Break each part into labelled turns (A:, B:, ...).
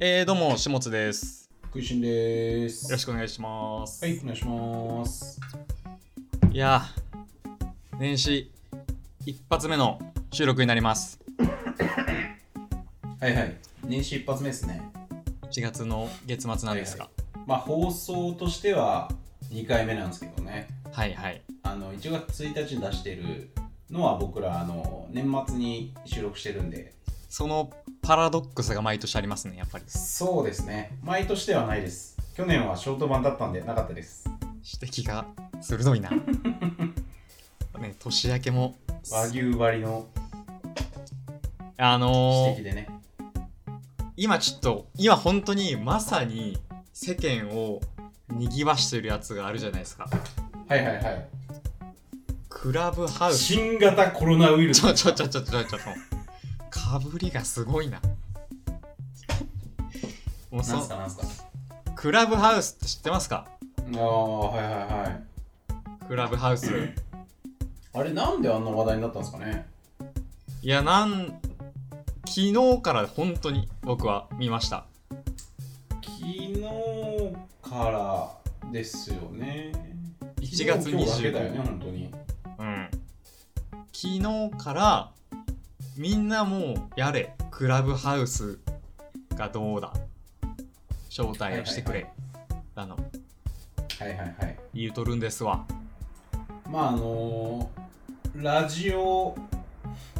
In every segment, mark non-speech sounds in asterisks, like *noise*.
A: えー、どうも、しもつです。
B: 食いしんでーす。
A: よろしくお願いします。
B: はい、お願いします。
A: いやー、年始一発目の収録になります。
B: はいはい。年始一発目ですね。
A: 4月の月末なんですが。
B: まあ、放送としては2回目なんですけどね。
A: はいはい。
B: あの、1月1日に出してるのは僕ら、あの、年末に収録してるんで。
A: そのパラドックスが毎年ありますね、やっぱり。
B: そうですね。毎年ではないです。去年はショート版だったんでなかったです。
A: 指摘が鋭
B: *laughs*
A: いな。ね、年明けも、
B: 和牛割りの
A: あの
B: 指摘
A: ー、
B: でね。
A: 今ちょっと、今本当にまさに世間を賑わしてるやつがあるじゃないですか。
B: はいはいはい。
A: クラブハウス。
B: 新型コロナウイルス
A: ち。ょちょちょちょちょちょかぶりがすごいなもう
B: なん
A: そ
B: すかなんすか。
A: クラブハウスって知ってますか
B: ああ、はいはいはい。
A: クラブハウス
B: あれ、なんであんな話題になったんですかね。
A: いやなん昨日から本当に僕は見ました
B: 昨日からですよね。
A: 1月
B: 昨日今日だけだよね、
A: 25
B: 本当に。
A: うん昨日からみんなもうやれクラブハウスがどうだ招待をしてくれだの
B: はいはいはい。
A: 言うとるんですわ
B: まああのーラジオ、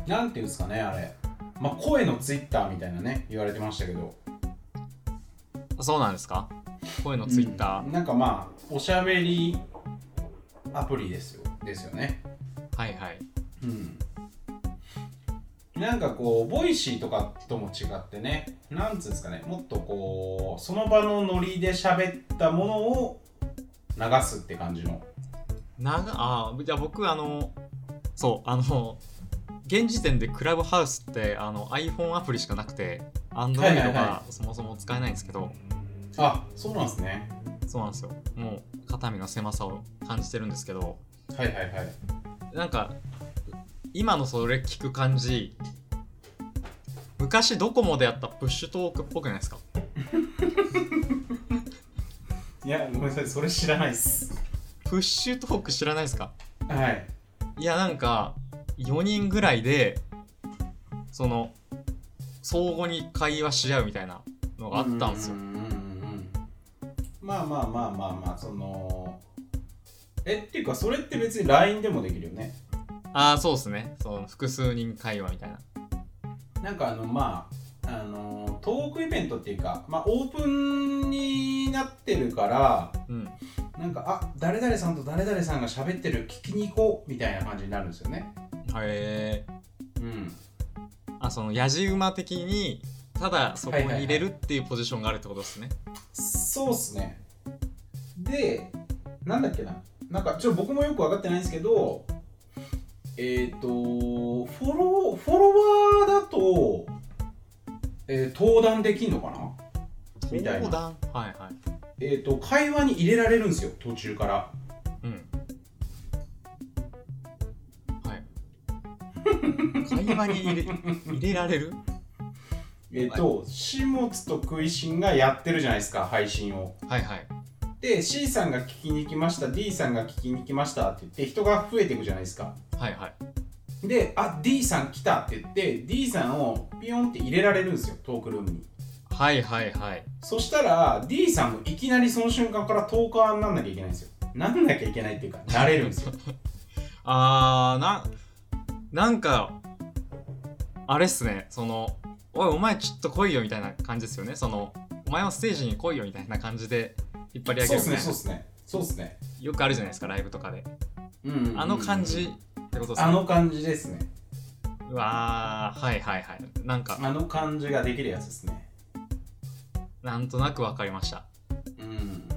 B: なんていうんですかね、あれ。まあ声のツイッターみたいなね、言われてましたけど。
A: そうなんですか声のツイッター、
B: うんなんかまあ、おしゃべりアプリですよですよね。
A: はいはい
B: うん。なんかこう、ボイシーとかとも違ってね、なんつうんですかね、もっとこう、その場のノリで喋ったものを流すって感じの。
A: 長あーじゃあ僕あのそうあの現時点でクラブハウスってあの iPhone アプリしかなくて Android
B: はい
A: が
B: は
A: そもそも使えないんですけど、
B: あ、そうなんですね。
A: そうなんですよもう肩身の狭さを感じてるんですけど
B: はいはいはい。
A: なんか今のそれ聞く感じ昔ドコモでやったプッシュトークっぽくないですか
B: いや、ごめんなさい、それ知らないっす。
A: プッシュトーク知らないですか
B: はい。
A: いやなんか4人ぐらいでその相互に会話し合うみたいなのがあったんですよ
B: う。んうんうんうんまあまあまあまあまあ、その。え、っていうか、それって別に LINE でもできるよね。
A: ああそうですねその複数人会話みたいな。
B: なんかあのまああのトークイベントっていうか、まあ、オープンになってるから
A: うん、
B: なんかあ誰々さんと誰々さんが喋ってる聞きに行こうみたいな感じになるんですよね
A: へえ
B: うん
A: あそのやじ馬的にただそこに
B: はいはいはい
A: 入れるっていうポジションがあるってことですね。
B: そうっすねでなんだっけななんかちょっと僕もよく分かってないんですけどえっ、とフォローフォロワーだと、えー登壇できんのかなみたいな
A: 登壇はいはい。
B: えっ、と会話に入れられるんですよ途中から
A: うん。はい。
B: *laughs*
A: 会話に入れ入れられる
B: えっと、しもつと食いしんがやってるじゃないですか、配信を。
A: はいはい。
B: で、C さんが聞きに来ました、D さんが聞きに来ましたって言って、人が増えていくじゃないですか。
A: はいはい。
B: で、あ D さん来たって言って、D さんをピヨンって入れられるんですよ、トークルームに。
A: はいはいはい。
B: そしたら、D さんもいきなりその瞬間からトーカーになんなきゃいけないんですよ。なんなきゃいけないっていうか、なれるんです
A: *laughs*
B: よ。
A: あーななんかあれっすねその「おいお前ちょっと来いよ」みたいな感じですよねその「お前はステージに来いよ」みたいな感じで引っ張り上
B: そ
A: げ
B: うっ
A: るみたいな
B: すね、そうっすね。そうっすね。
A: よくあるじゃないですかライブとかで
B: うんうんうんうん
A: あの感じってことです
B: あ
A: か
B: の感じですね。
A: うわーはいはいはいなんか
B: あの感じができるやつですね。
A: なんとなくわかりました
B: うん。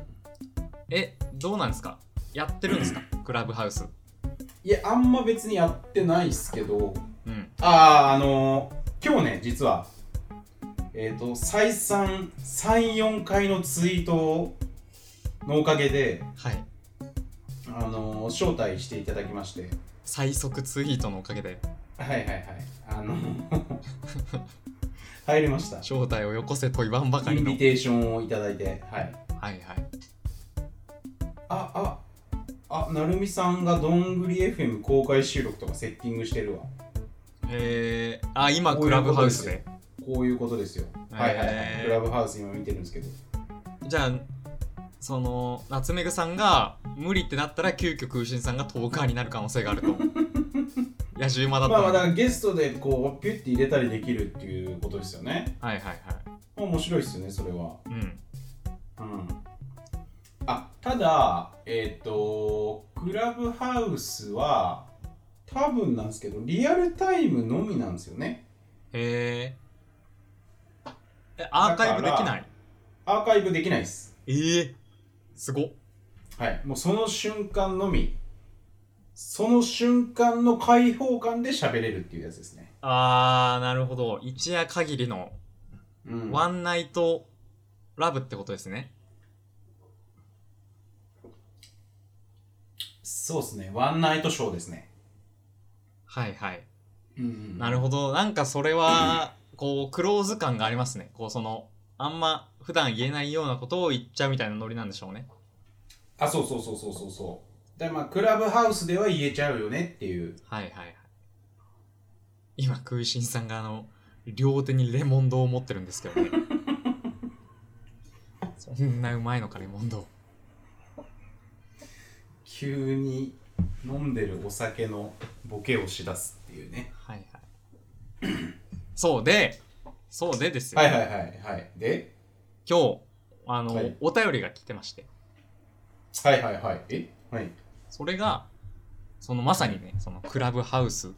A: えどうなんですかやってるん
B: *clears throat*
A: ですかクラブハウス
B: いや、あんま別にやってないっすけど、
A: うん
B: あああのー今日ね実はえっ、と再三34回のツイートのおかげで
A: はい
B: あのー招待していただきまして
A: 最速ツイートのおかげで
B: はいはいはいあのー *laughs* 入りました
A: 正体をよこせと言わんばか
B: イ
A: り
B: ン
A: の
B: ビ。テーションをいただいてはい
A: はいはい。
B: あああなるみさんがどんぐり FM 公開収録とかセッティングしてるわ
A: えー、あ、今、
B: こうい
A: ク
B: う
A: ラブハウスで。
B: こういうことですよ、はいはいは
A: へ
B: い
A: ー
B: クラブハウス今見てるんですけど
A: じゃあ、その、夏目ぐさんが無理ってなったら、急遽空心さんがトーカーになる可能性があ
B: *laughs*
A: ると。野獣馬だった
B: まあ
A: ら
B: まあだからゲストでこうピュッて入れたりできるっていうことですよね
A: はいはいはい。
B: まあ面白いですよねそれは
A: うん。
B: うんあただえっ、とクラブハウスは多分なんですけどリアルタイムのみなんですよね
A: えーえ、アーカイブできない
B: アーカイブできないです
A: ええー、すごっ。
B: はいもうその瞬間のみその瞬間の開放感で喋れるっていうやつですね
A: あー、なるほど。一夜限りの
B: うん
A: ワンナイトラブってことですね。
B: そうですねワンナイトショーですね
A: はいはい。
B: うん
A: なるほど。なんかそれは、こう、クローズ感がありますね。こう、その、あんま普段言えないようなことを言っちゃうみたいなノリなんでしょうね。
B: あそうそうそうそうそうそうでまあクラブハウスでは言えちゃうよねっていう
A: はいはいはい。今、空心さんがあの、両手にレモンドを持ってるんですけど
B: *laughs*
A: ね。そんなうまいのか、レモンド。
B: 急に飲んでるお酒のボケをしだすっていうね
A: はいはい。そうで、そうでですよ。
B: はいはいはいはいで
A: 今日、あの、
B: はい
A: お便りが来てまして。
B: はいはいはいえはい
A: それが、そのまさにね、そのクラブハウス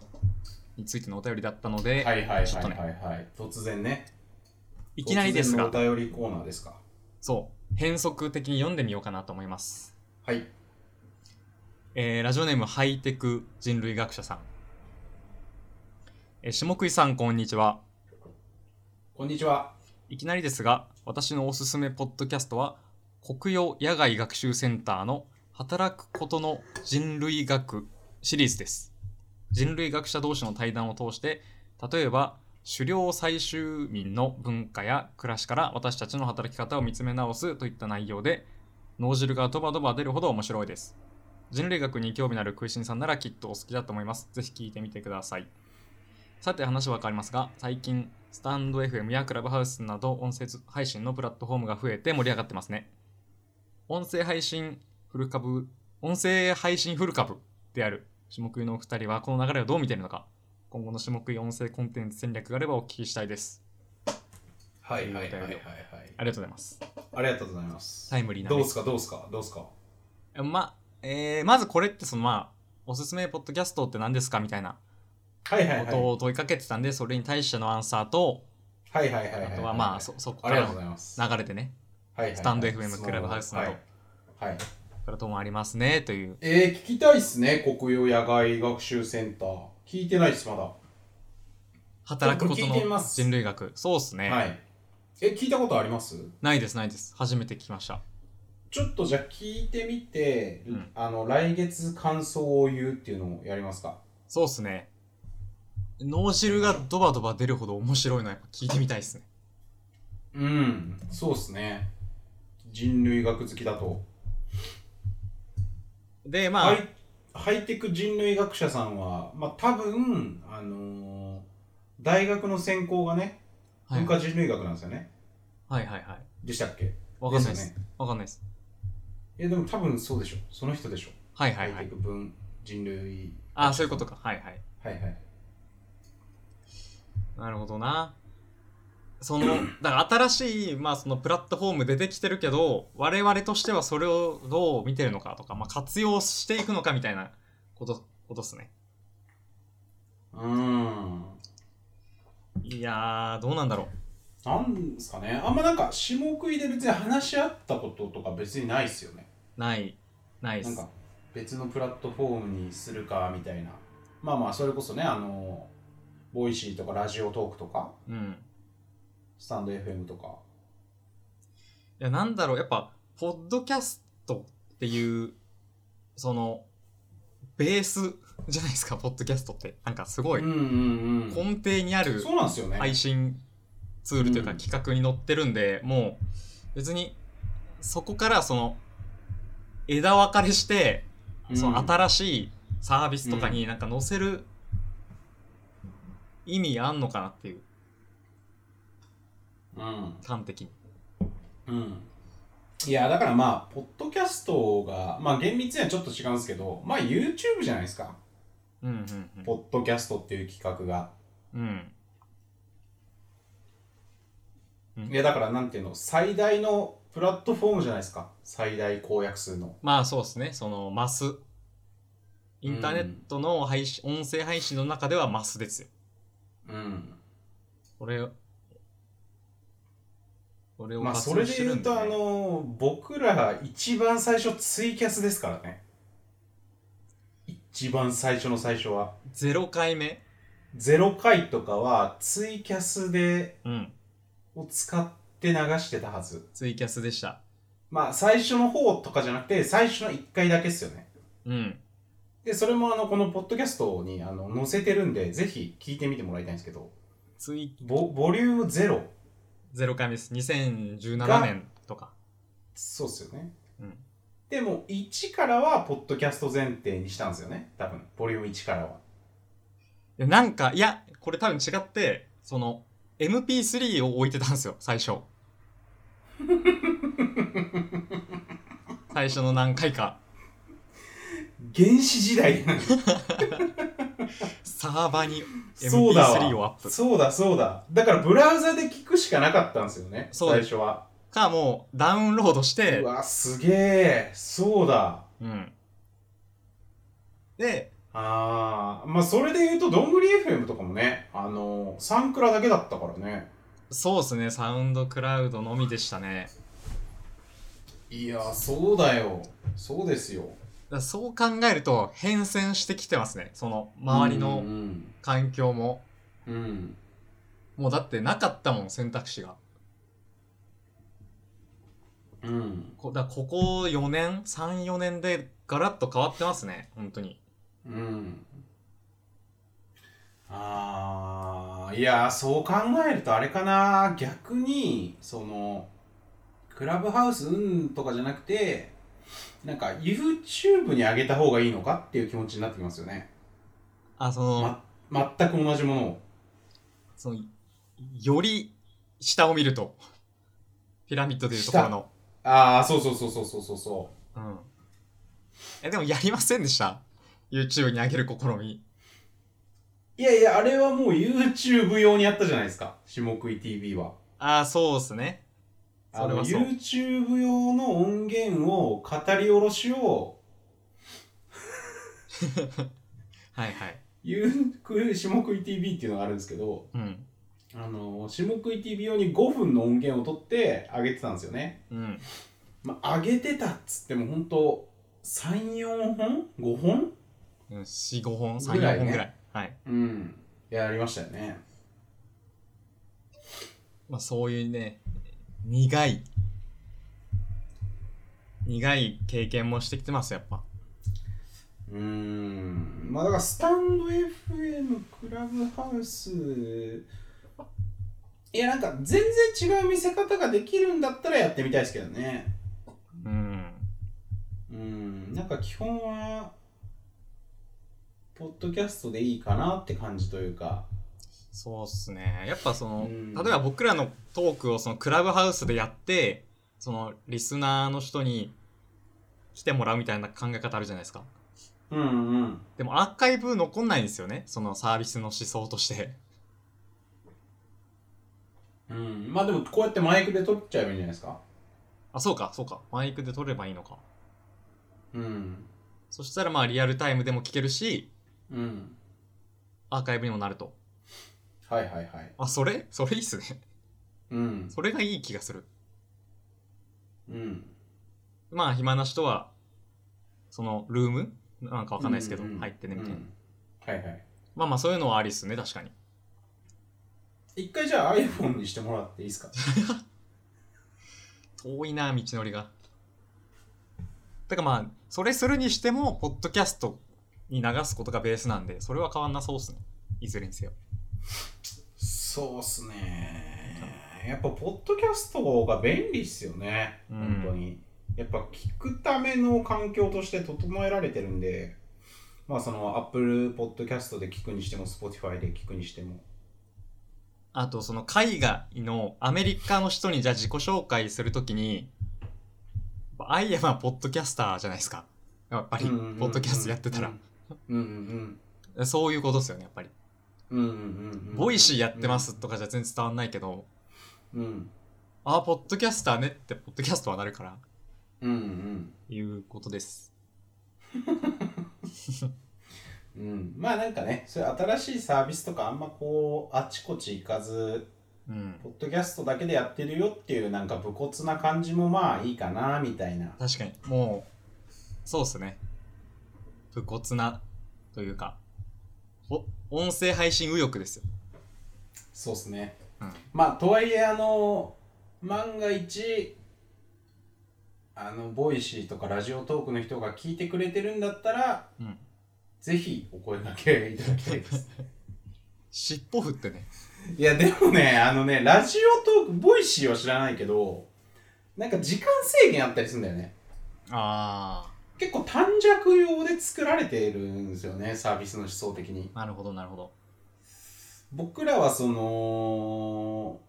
A: についてのお便りだったので、
B: はいはいはい
A: ちょっ
B: は
A: と
B: い
A: ね
B: はいはい突然ね
A: いきなりですが
B: 突、然のお便りコーナーですか
A: そう、変則的に読んでみようかなと思います。
B: はい
A: えーラジオネームハイテク人類学者さん。えー、下食いさん、こんにちは。
B: こんにちはい
A: きなりですが、私のおすすめポッドキャストは、国用野外学習センターの働くことの人類学シリーズです。人類学者同士の対談を通して、例えば、狩猟採集民の文化や暮らしから私たちの働き方を見つめ直すといった内容で、脳汁がドバドバ出るほど面白いです。人類学に興味のある食いしんさんならきっとお好きだと思います。ぜひ聞いてみてください。さて話は変わりますが、最近、スタンド FM やクラブハウスなど音声配信のプラットフォームが増えて盛り上がってますね。音声配信フル株、音声配信フル株である下食いのお二人はこの流れをどう見ているのか、今後の下食い音声コンテンツ戦略があればお聞きしたいです。
B: はいはい
A: は
B: はいい
A: は
B: はいい
A: は
B: はいい
A: ありがとうございます。
B: ありがとうございます
A: タイムリーな
B: どうすかどうすかどうすか
A: ま、えーまずこれってそのまあ、おすすめポッドキャストって何ですかみたいな
B: はいはいは
A: こ
B: い
A: とを問いかけてたんで、それに対してのアンサーと、
B: はいはいはい
A: あ
B: いい
A: とはまあ、そ、そこ
B: あ
A: か
B: りが
A: ら
B: とう
A: の
B: ございます
A: 流れてね、
B: はいはいはい
A: スタンド FM クラブハウスなど
B: はいはい
A: プラットフォームありますね、という
B: えー、聞きたいっすね国用野外学習センター聞いてないっすまだ
A: 働くこと
B: ちょっと聞いてみ
A: の
B: ます
A: 人類学そうっすね、
B: はい。え、聞いたことあります
A: ないですないです初めて聞きました
B: ちょっとじゃあ聞いてみて、
A: うん
B: あの、来月感想を言うっていうのをやりますか。
A: そうっすね脳汁がドバドバ出るほど面白いのはやっぱ聞いてみたいっすね
B: うん、そうっすね。人類学好きだと。
A: でまあ、
B: ハイハイテク人類学者さんは、まあ多分、あのー大学の専攻がね、
A: はい、
B: 文
A: はい
B: 化人類学なんですよね。
A: はいはいはい
B: でしたっけ
A: わかんないで
B: です
A: す
B: よ
A: わ、かんないです
B: え、でも多分そうでしょ。その人でしょ。
A: はいはいは
B: ハイ
A: い
B: テク文人類。
A: ああそういうことかはいはい
B: はいはい。
A: なるほどなそのだから新しい、まあ、そのプラットフォーム出てきてるけど我々としてはそれをどう見てるのかとか、まあ、活用していくのかみたいなことことっすね
B: うーん。
A: いやーどうなんだろう
B: なんですかね、あんまなんか、下食いで別に話し合ったこととか別にないっすよね。
A: ないないっ
B: なん
A: す
B: か、別のプラットフォームにするかみたいな。まあまあ、それこそね、あの、ボイシーとかラジオトークとか、
A: うん
B: スタンド FM とか。
A: いや、なんだろう、やっぱ、ポッドキャストっていう、その、ベース *laughs* じゃないですか、ポッドキャストって。なんかすごい、
B: うんうんうん。
A: 根底にある
B: そうなんですよね。
A: 配信ツールという
B: う
A: か
B: ん
A: 企画に載ってるんで、もう別にそこからその枝分かれしてその新しいサービスとかになんか載せる意味あんのかなっていう
B: うん
A: 端的に。
B: うんいやだからまあポッドキャストがまあ厳密にはちょっと違うんですけどまあ YouTube じゃないですか
A: うん
B: ポッドキャストっていう企画が
A: うんうん。うん
B: いやだからなんていうの最大のプラットフォームじゃないですか最大公約数の
A: まあそうですね、そのマス。インターネットの配信、音声配信の中ではマスですよ。
B: うん
A: これを。これを
B: まあ
A: 活
B: そ
A: 用
B: れ
A: し
B: で
A: て
B: 言
A: る
B: うん
A: でね
B: とあの僕ら一番最初ツイキャスですからね一番最初の最初は
A: 0回目。
B: 0回とかはツイキャスで
A: うん。
B: を使って流してたはず
A: ツイキャスでした。
B: まあ最初の方とかじゃなくて最初の1回だけっすよね
A: うん。
B: でそれもあのこのポッドキャストにあの載せてるんでぜひ聞いてみてもらいたいんですけど
A: ツイ、
B: ボボリューム0
A: 0回目です。2017
B: が
A: 年とか。
B: そうっすよね
A: うん。
B: でも1からはポッドキャスト前提にしたんですよね多分ボリューム1からは
A: でなんか、いや、これ多分違って、その、MP3 を置いてたんですよ、最
B: *laughs*
A: 初。最初の何回か。
B: 原始時
A: *laughs*
B: 代
A: サーバーに
B: そうだ
A: MP3 を
B: わ
A: アップ。
B: そうだそうだだからブラウザで聞くしかなかったんですよね
A: そう
B: 最初は
A: か、もうダウンロードして
B: う、わすげえそうだ
A: うん。で、
B: あーまあそれで言うとどんぐり FM とかもねあのサンクラだけだったからね
A: そうですね、サウンドクラウドのみでしたね。
B: いやそうだよそうですよ
A: だからそう考えると、変遷してきてますね。その、周り
B: う
A: の
B: ん、
A: 環境も。
B: うんうん
A: もうだってなかったもん、選択肢が。
B: うん
A: こだからここ4年34年でガラッと変わってますね本当に
B: うんあーいやーそう考えるとあれかな逆にそのクラブハウスうんとかじゃなくてなんか YouTube に上げた方がいいのかっていう気持ちになってきますよね、
A: あその,、
B: ま、全く同じものを
A: そのより下を見るとピラミッドでいうところの、
B: ああそうそうそうそうそうそうそ
A: うん、えでもやりませんでした YouTube に上げる試み
B: ういやいやあれはもう YouTube 用にやったじゃないですか下食い TV は
A: あそうですね
B: あ
A: それ
B: の
A: はそう
B: YouTube 用の音源を語り下ろしを
A: はいはい
B: ゆうく下食い TV っていうのがあるんですけど、
A: うん
B: あの下食い TV 用に5分の音源を取って上げてたんですよね。
A: うん
B: まあ、上げてたっつっても本当3、4本 ?5 本
A: うん45本34本
B: ぐ
A: ぐ
B: ら
A: ら
B: い
A: い
B: ね
A: はい、
B: うん。やりましたよね。
A: まあ、そういうね苦い苦い経験もしてきてますやっぱ
B: うーん。まあだからスタンド FM、クラブハウス、いやなんか全然違う見せ方ができるんだったらやってみたいですけどね。
A: うん
B: うん、なんか基本は、ポッドキャストでいいかなって感じというか。
A: そうっすね。やっぱその、
B: うん
A: 例えば僕らのトークをそのクラブハウスでやって、そのリスナーの人に来てもらうみたいな考え方あるじゃないですか。
B: うんうん。
A: でもアーカイブ残んないんですよね。そのサービスの思想として。
B: うん、まあでもこうやってマイクで撮っちゃえばいいんじゃないですか。
A: あ、そうか、そうか。マイクで撮ればいいのか。
B: うん。
A: そしたらまあリアルタイムでも聞けるし、
B: うん。
A: アーカイブにもなると。
B: はいはいはい。
A: あ、それそれいいっすね。 *laughs*
B: うん。
A: それがいい気がする。
B: うん。
A: まあ暇な人は、そのルームなんかわかんないですけど、
B: うう
A: 入ってねみたいな。
B: うんはいはい。
A: まあまあそういうのはありっすね、確かに。
B: 一回じゃあ iPhone にしてもらっていいですか。
A: 遠いな道のりがだからまあそれするにしてもポッドキャストに流すことがベースなんでそれは変わんなそうっすねいずれにせよ
B: そうっすね。ねやっぱポッドキャストが便利っすよね、
A: うん
B: 本当にやっぱ聞くための環境として整えられてるんでまあそのアップルポッドキャストで聞くにしても Spotify で聞くにしても
A: あとその海外のアメリカの人にじゃあ自己紹介するときに「アイアムはポッドキャスター」じゃないですかやっぱり
B: うんうんうん
A: ポッドキャストやってたら
B: うんうん
A: そういうことですよねやっぱり
B: うんうんうんうん
A: ボイシーやってますとかじゃ全然伝わんないけど
B: うん
A: ああポッドキャスターねってポッドキャストはなるから
B: うんうん
A: いうことです
B: うん、まあなんかねそういう新しいサービスとかあんまこうあちこち行かず
A: うん
B: ポッドキャストだけでやってるよっていうなんか武骨な感じもまあいいかなみたいな
A: 確かにもうそうっすね武骨なというかお音声配信右翼ですよ
B: そうっすね、
A: うん
B: まあとはいえあの万が一あのボイシーとかラジオトークの人が聞いてくれてるんだったら
A: うん
B: ぜひお声掛けいただきたいです *laughs*
A: 尻尾振ってね
B: いやでもねあのねラジオトークボイシーは知らないけどなんか時間制限あったりするんだよね
A: あ
B: 結構短尺用で作られているんですよねサービスの思想的に
A: あなるほどなるほど
B: 僕らはその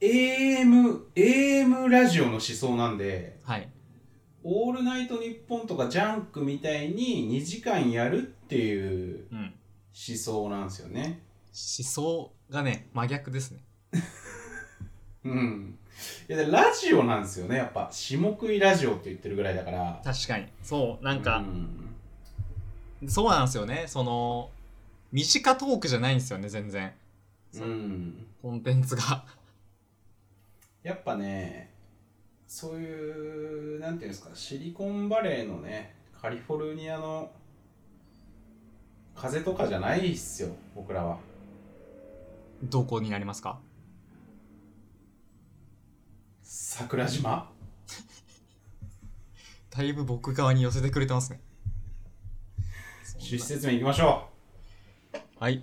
B: AM, AM ラジオの思想なんで
A: はい
B: 「オールナイトニッポン」とか「ジャンク」みたいに2時間やるっていう
A: うん思
B: 思想なんですよね
A: 想がね真逆ですね
B: うんいやでラジオなんですよねやっぱ下食いラジオって言ってるぐらいだから
A: 確かにそうなん
B: う
A: か、
B: ん
A: そうなんですよねその短トークじゃないんですよね全然
B: うん
A: コンテンツ *laughs* が
B: やっぱねそういうなんていうんですかシリコンバレーのねカリフォルニアの風とかじゃないっすよ僕らは
A: どこになりますか
B: 桜島
A: だいぶ僕側に寄せてくれてますねそんな
B: 趣旨説明いきましょ
A: はい。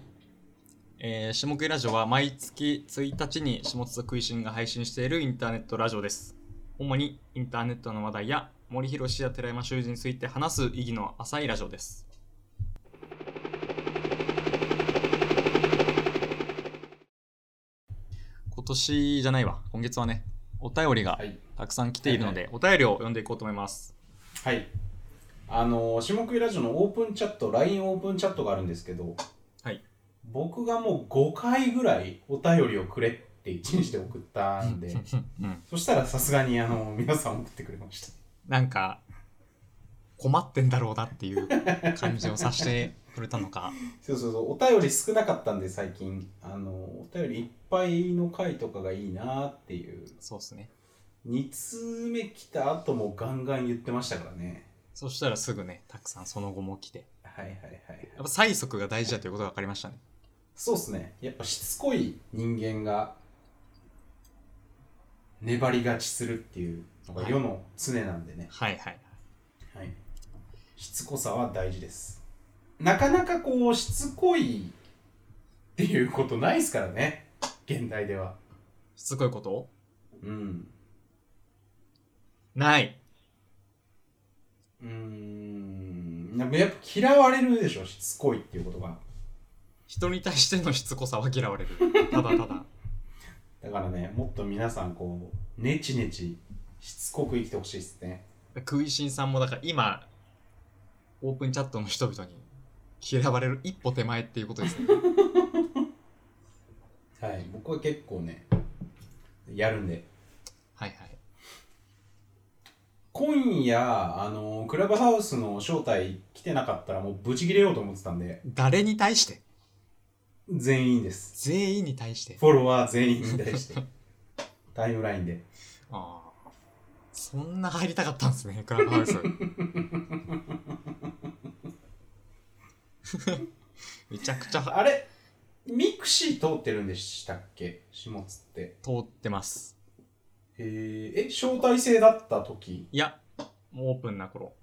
A: えー、下食いラジオは毎月1日に下津食いしんが配信しているインターネットラジオです。主にインターネットの話題や森博氏や寺山修司について話す意義の浅いラジオです。今年じゃないわ、今月はね、お便り
B: う
A: が
B: はい
A: たくさん来ているので、お便りを読んでいこうと思います。
B: はいあの下食いラジオのオープンチャット LINE オープンチャットがあるんですけど
A: はい
B: 僕がもう5回ぐらいお便りをくれって一日で送ったん
A: *laughs*
B: で
A: うん
B: そしたらさすがにあの皆さん送ってくれました
A: なんか困ってんだろうなっていう感じをさせてくれたのか
B: そうそうそうお便り少なかったんで最近あのお便りいっぱいの回とかがいいなっていう
A: そうですね
B: 2通目来た後もガンガン言ってましたからね
A: そしたらすぐねたくさんその後も来て
B: はいはいはい
A: やっぱ催促が大事だということが分かりましたね
B: そうっすねやっぱしつこい人間が粘り勝ちするっていうのが世の常なんでね、
A: はいはい
B: はい、しつこさは大事ですなかなかこうしつこいっていうことないですからね現代では
A: しつこいこと
B: うん
A: ない、
B: うーんなんかやっぱ嫌われるでしょしつこいっていうことが
A: 人に対してのしつこさは嫌われるただただ
B: だからねもっと皆さんこうネチネチしつこく生きてほしいですね
A: 食いしんさんもだから今オープンチャットの人々に嫌われる一歩手前っていうことですね
B: はい僕は結構ねやるんで
A: はいはい
B: 今夜あのクラブハウスの招待来てなかったらもうブチ切れようと思ってたんで
A: 誰に対して
B: 全員です
A: 全員に対して
B: フォロワー全員に対 *laughs* してタイムラインで
A: ああそんな入りたかったんです
B: *laughs*
A: ねクラブハウスめちゃくちゃ
B: あれミクシー通ってるんでしたっけ下津って
A: 通ってます
B: えー、え招待制だった時
A: いやもうオープンな頃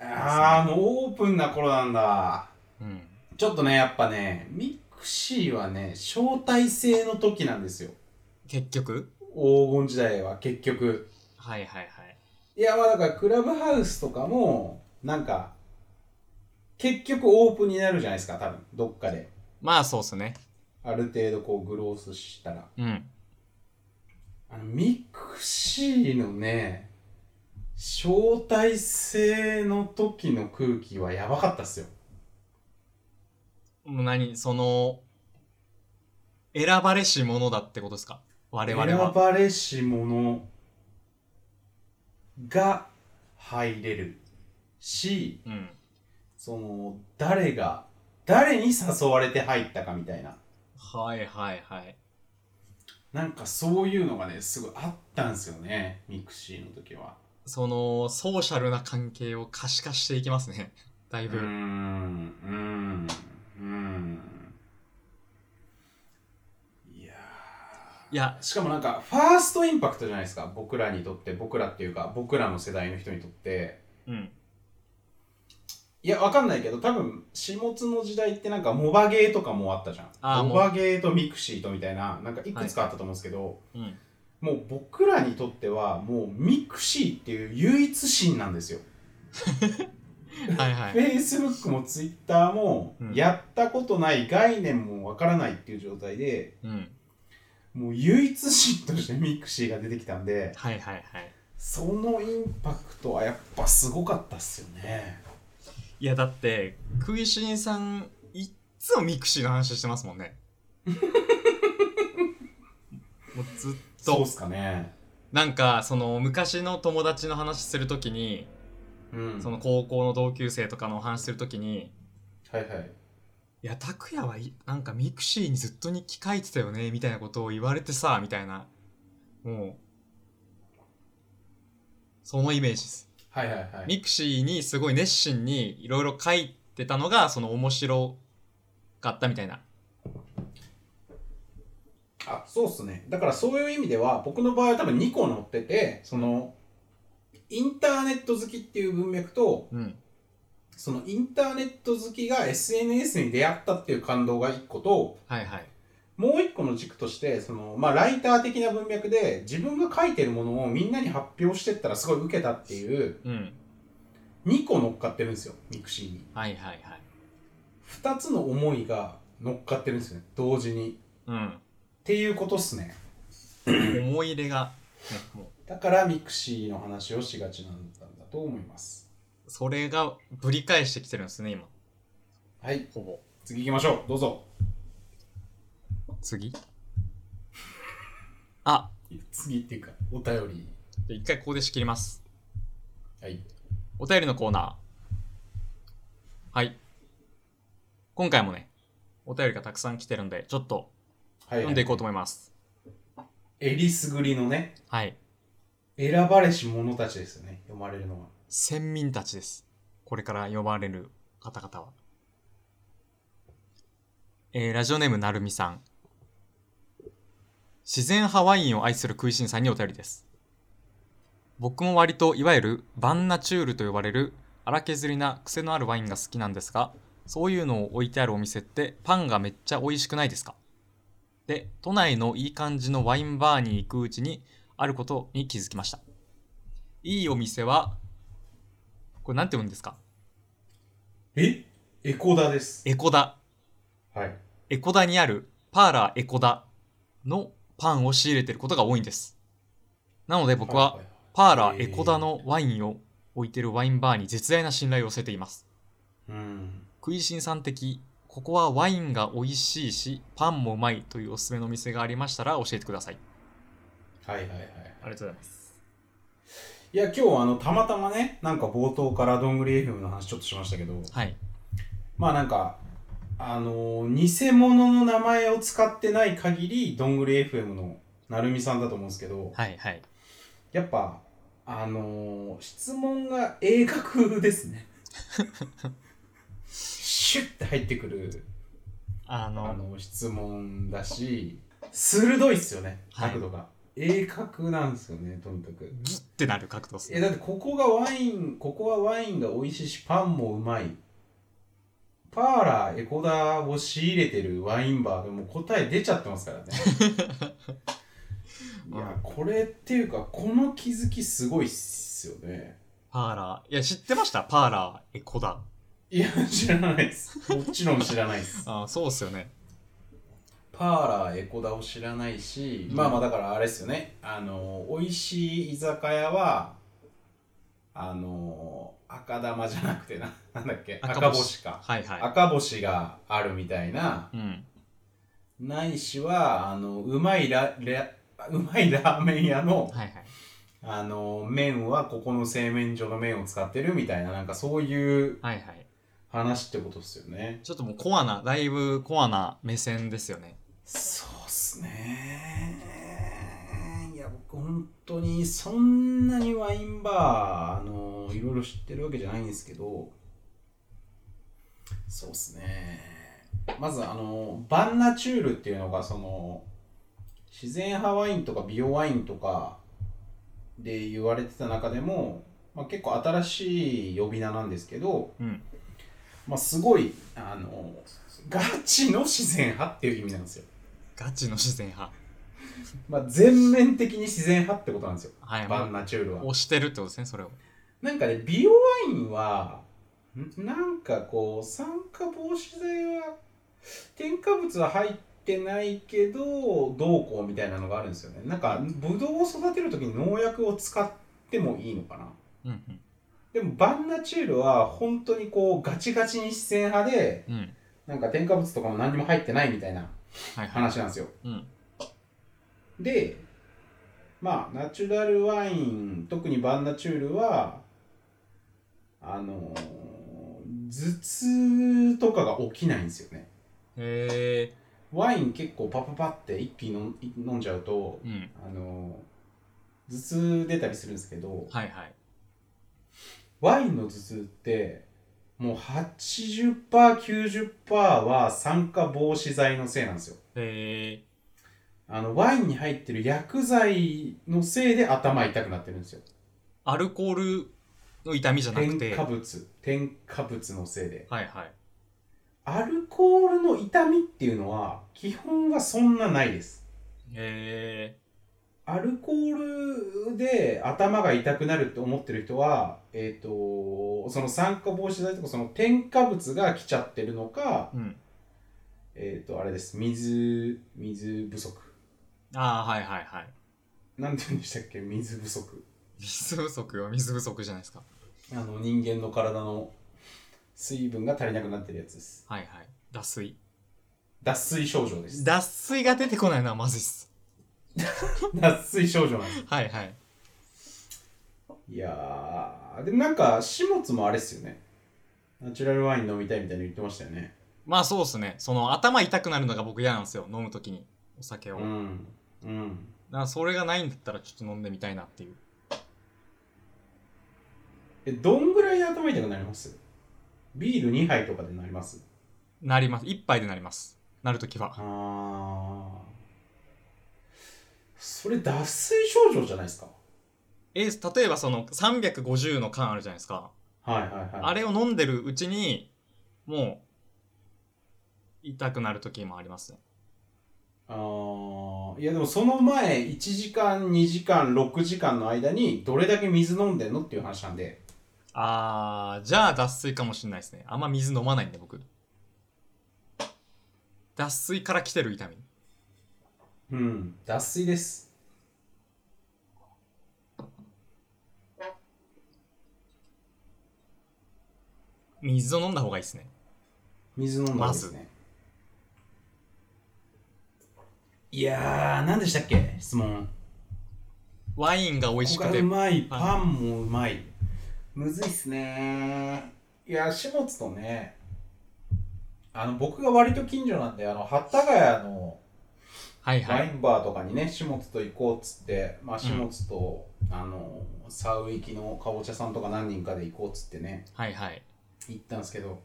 B: ああ、もうオープンな頃なんだ。
A: うん
B: ちょっとね、やっぱね、ミクシーはね、招待制の時なんですよ。
A: 結局
B: 黄金時代は結局
A: はいはいはい。
B: いやまあだからクラブハウスとかもなんか結局オープンになるじゃないですか多分どっかで
A: まあそうっすね。
B: ある程度こうグロースしたら
A: うん。
B: あのミクシーのね招待制の時の空気はやばかったっすよ
A: もう何その、選ばれし者だってことですか我々
B: 選
A: は。
B: ばれし者が入れるし
A: うん。
B: その誰が誰に誘われて入ったかみたいな
A: はいはいはい。
B: なんかそういうのがねすごいあったんですよねミクシーの時は
A: その、ソーシャルな関係を可視化していきますね。だいうぶ。
B: ーんうーんうーんいや
A: いや、
B: ーしかもなんかファーストインパクトじゃないですか僕らにとって僕らっていうか僕らの世代の人にとって
A: うん。
B: いや、わかんないけど、多分、始末の時代ってなんか、モバゲーとかもあったじゃ
A: あー
B: ん。
A: もう
B: モバゲーとミクシーとみたいな、なんかいくつかあったと思うんですけど、
A: うん。
B: もう僕らにとっては、もうミクシーっていう唯一シーンなんですよ。
A: はいはい。
B: Facebook も Twitter も
A: うん、
B: やったことない概念もわからないっていう状態で、
A: うん。
B: もう唯一シーンとしてミクシーが出てきたんで、
A: はいはいはい。
B: そのインパクトはやっぱすごかったっすよね。
A: いや、だって、食いしんさん、いっつもミクシーの話してますも
B: *laughs*
A: んね。もうずっと。
B: そうっすかね。
A: なんかその昔の友達の話するときに、
B: うん。
A: その高校の同級生とかのお話するときに
B: はいはい。
A: 「いや拓哉はいなんかミクシーにずっと日記書いてたよね」みたいなことを言われてさみたいなもうそのイメージです、
B: はいはいはい。
A: ミクシーにすごい熱心にいろいろ書いてたのがその面白かったみたいな
B: あそうっすねだからそういう意味では僕の場合は多分2個乗っててそのインターネット好きっていう文脈と
A: うん
B: そのインターネット好きが SNS に出会ったっていう感動が1個と
A: はいはい
B: もう1個の軸としてその、まあ、ライター的な文脈で自分が書いてるものをみんなに発表してったらすごい受けたっていう
A: うん
B: 2個乗っかってるんですよミクシーに
A: はいはいはい
B: 2つの思いが乗っかってるんですよね同時に
A: うん
B: っていうことっすね
A: 思い入れが、ね、も
B: だからミクシーの話をしがちなんだと思います
A: うそれがぶり返してきてるんですね今
B: はい
A: ほぼ
B: 次行きましょうどうぞ
A: 次あ
B: 次っていうかお便り
A: じゃあ一回ここで仕切ります
B: はい
A: お便りのコーナーはい今回もねお便りがたくさん来てるんでちょっと読んでいこうと思います
B: えりすぐりのね
A: はい
B: 選ばれし者たちですよね読まれるのは
A: 先民たちですこれから呼ばれる方々はえー、ラジオネームなるみさん自然派ワインを愛する食いしんさんにお便りです僕も割といわゆるバンナチュールと呼ばれる荒削りな癖のあるワインが好きなんですがそういうのを置いてあるお店ってパンがめっちゃ美味しくないですかで都内のいい感じのワインバーに行くうちにあることに気づきましたいいお店はこれなんて読むんですか
B: えエコダです
A: エコダ
B: はい
A: エコダにあるパーラーエコダのパンを仕入れてることが多いんですなので僕はパーラーエコダのワインを置いてるワインバーに絶大な信頼を寄せています
B: うん
A: 食いしんさん的ここはワインが美味しいしパンもうまいというおすすめのお店がありましたら教えてください
B: はいはいはい
A: りがとうございます
B: いや今日はあのたまたまねなんか冒頭からどんぐり FM の話ちょっとしましたけど
A: はい
B: まあなんかあのー偽物の名前を使ってない限りどんぐり FM のなるみさんだと思うんですけど
A: はいはい
B: やっぱあのー質問が鋭角ですねシュッて入ってくる
A: あ
B: あ
A: の
B: の質問だし鋭いっすよね
A: はい
B: 角度が、鋭角なんですよねとにかく
A: ギッてなる角度です
B: え
A: ね
B: だってここがワインここはワインが美味しいしパンもうまいパーラーエコダ
A: *laughs*
B: を仕入れてるワインバーでもう答え出ちゃってますからねいやこれっていうかこの気づきすごいっすよね
A: パーラー。いや、知ってましたパーラー、エコだ。
B: いや知らないですもちろん知らないです
A: ああ、そうっすよね。
B: パーラーエコダを知らないし、
A: うん
B: まあまあだからあれですよねあの美味しい居酒屋はあの赤玉じゃなくてななんだっけ
A: 赤
B: 赤
A: 星
B: 星か、
A: はいは。
B: 赤星があるみたいない
A: うん。
B: ないしはあのうまいララうまいラーメン屋の
A: はいはい。
B: あの麺はここの製麺所の麺を使ってるみたいななんかそういう
A: はいはい。
B: 話ってことですよね
A: ちょっともうコアな、だいぶコアな目線ですよね。
B: そうっすねいや僕本当にそんなにワインバーあのいろいろ知ってるわけじゃないんですけどそうっすねまずあのバンナチュールっていうのがその自然派ワインとか美容ワインとかで言われてた中でも、まあ、結構新しい呼び名なんですけど、
A: うん。
B: まあ、すごいあのガチの自然派っていう意味なんですよ
A: ガチの自然派。
B: まあ、全面的に自然派ってことなんですよ、
A: はい。
B: バ
A: ま
B: ンナチュール
A: あ
B: は。
A: 押してるってことですね、それを。
B: なんかね、美容ワインは、んなんかこう、酸化防止剤は、添加物は入ってないけど、どうこうみたいなのがあるんですよね。なんか、ブドウを育てるときに農薬を使ってもいいのかな。
A: うん
B: でも、バンナチュールは、本当にこう、ガチガチに自然派で、
A: うん。うん。
B: なんか添加物とかも何にも入ってないみたいな
A: はいはい。
B: 話なんですよ。
A: うん。
B: でまあナチュラルワイン特にバンナチュールはあのー頭痛とかが起きないんですよね
A: へえ。
B: ワイン結構パパパって一気に飲ん飲んじゃうと
A: うん。
B: あのー頭痛出たりするんですけど
A: はいはい。
B: ワインの頭痛ってもう 80%90% は酸化防止剤のせいなんですよ
A: へえ。
B: あのワインに入ってる薬剤のせいで頭痛くなってるんですよ
A: アルコールの痛みじゃなく
B: 添
A: て。
B: 加物添加物のせいで
A: はいはい。
B: アルコールの痛みっていうのは基本はそんなないです
A: へ
B: アルコールで頭が痛くなるって思ってる人はえっ、とその酸化防止剤とかその添加物が来ちゃってるのか
A: え。うん。
B: えっ、とあれです水水不足
A: ああ、はいはいはい。 *laughs*
B: なんて言うんでしたっけ水不足
A: 水不足は水不足じゃないですか。
B: あの人間の体の水分が足りなくなってるやつです
A: はいはい。脱水。
B: 脱水症
A: *laughs*
B: 状です
A: 脱水が出てこないのはまずいっす。
B: 脱水症状なんです
A: はいはい。
B: いやー、でもなんか、始末もあれっすよね。ナチュラルワイン飲みたいみたいに言ってましたよね。
A: まあそうっすね。その頭痛くなるのが僕嫌なんですよ。飲むときに。お酒を。だか
B: ん。うん。
A: らそれがないんだったらちょっと飲んでみたいなっていう。
B: え、どんぐらいで頭痛くなりますビール2杯とかでなります
A: なります。一杯でなります。なるときは。
B: あー。それ、脱水症状じゃないですか。
A: えー、例えばその350の缶あるじゃないですか。
B: はいはいはい。
A: あれを飲んでるうちに、もう、痛くなるときもありますね。
B: あーいやでもその前1時間2時間6時間の間にどれだけ水飲んでんのっていう話なんで
A: あー、じゃあ脱水かもしんないですね。あんま水飲まないんで僕。脱水から来てる痛み。
B: うん脱水です
A: 水を飲んだ方がいいですね。
B: 水飲んだ
A: ま
B: んで
A: ず
B: すねいやー何でしたっけ質問
A: ワインが美味
B: こ
A: し
B: こ
A: く
B: が
A: て
B: う。まい
A: はい
B: パンもうまいむずいっすねーいや始末とねあの僕が割と近所なんであの幡ヶ谷の
A: はいは
B: ワイ
A: い。
B: ンバーとかにね、始末と行こうっつって、まあ、始末と、あの沢植木のかぼちゃさんとか何人かで行こうっつってね
A: はいはい。
B: 行ったんですけど